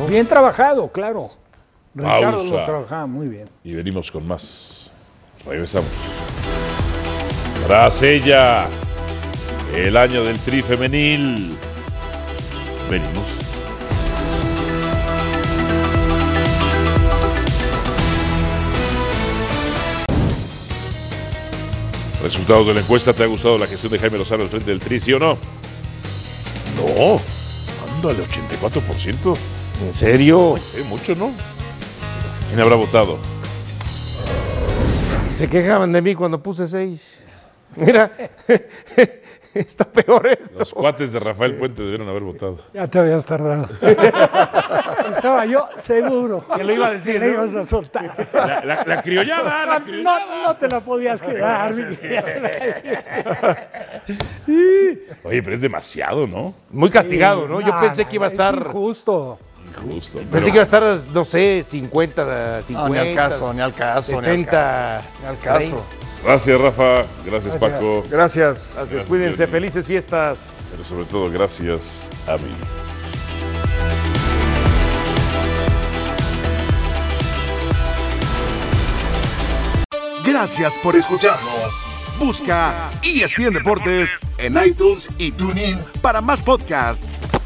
Speaker 7: ¿no? Bien trabajado, claro. Ricardo
Speaker 4: Pausa.
Speaker 7: lo trabajaba muy bien.
Speaker 4: Y venimos con más. Regresamos. La Tras ella, el año del tri femenil. Venimos. Resultados de la encuesta, ¿te ha gustado la gestión de Jaime Lozano al frente del tri, sí o no? No, ándale, 84%.
Speaker 5: ¿En serio?
Speaker 4: Sí, mucho, ¿no? ¿Quién habrá votado?
Speaker 5: Se quejaban de mí cuando puse seis. Mira, <laughs> está peor esto.
Speaker 4: Los cuates de Rafael Puente debieron haber votado.
Speaker 7: Ya te habías tardado. <laughs> Estaba yo seguro
Speaker 5: Que lo iba a decir,
Speaker 7: que le
Speaker 5: ¿no?
Speaker 7: ibas a soltar.
Speaker 4: La, la- la criollada, la criollada.
Speaker 7: No, no te la podías quedar.
Speaker 5: eh.
Speaker 7: Miguel.
Speaker 4: Oye, pero es demasiado, ¿no?
Speaker 5: Muy castigado, ¿no? Yo
Speaker 7: No,
Speaker 5: pensé
Speaker 7: no,
Speaker 5: que iba a
Speaker 7: es
Speaker 5: estar.
Speaker 7: Injusto.
Speaker 4: Injusto.
Speaker 5: Pensé que iba a estar, no sé, 50, 50.
Speaker 6: No, Ah, ni al caso, ni al caso, ni al
Speaker 5: 70.
Speaker 6: caso. Ni al caso.
Speaker 4: Gracias, Rafa. Gracias, Paco.
Speaker 6: Gracias.
Speaker 5: Gracias, cuídense, felices fiestas.
Speaker 4: Pero sobre todo, gracias a mí.
Speaker 12: Gracias por escucharnos. E Busca ESPN Deportes en iTunes y TuneIn para más podcasts.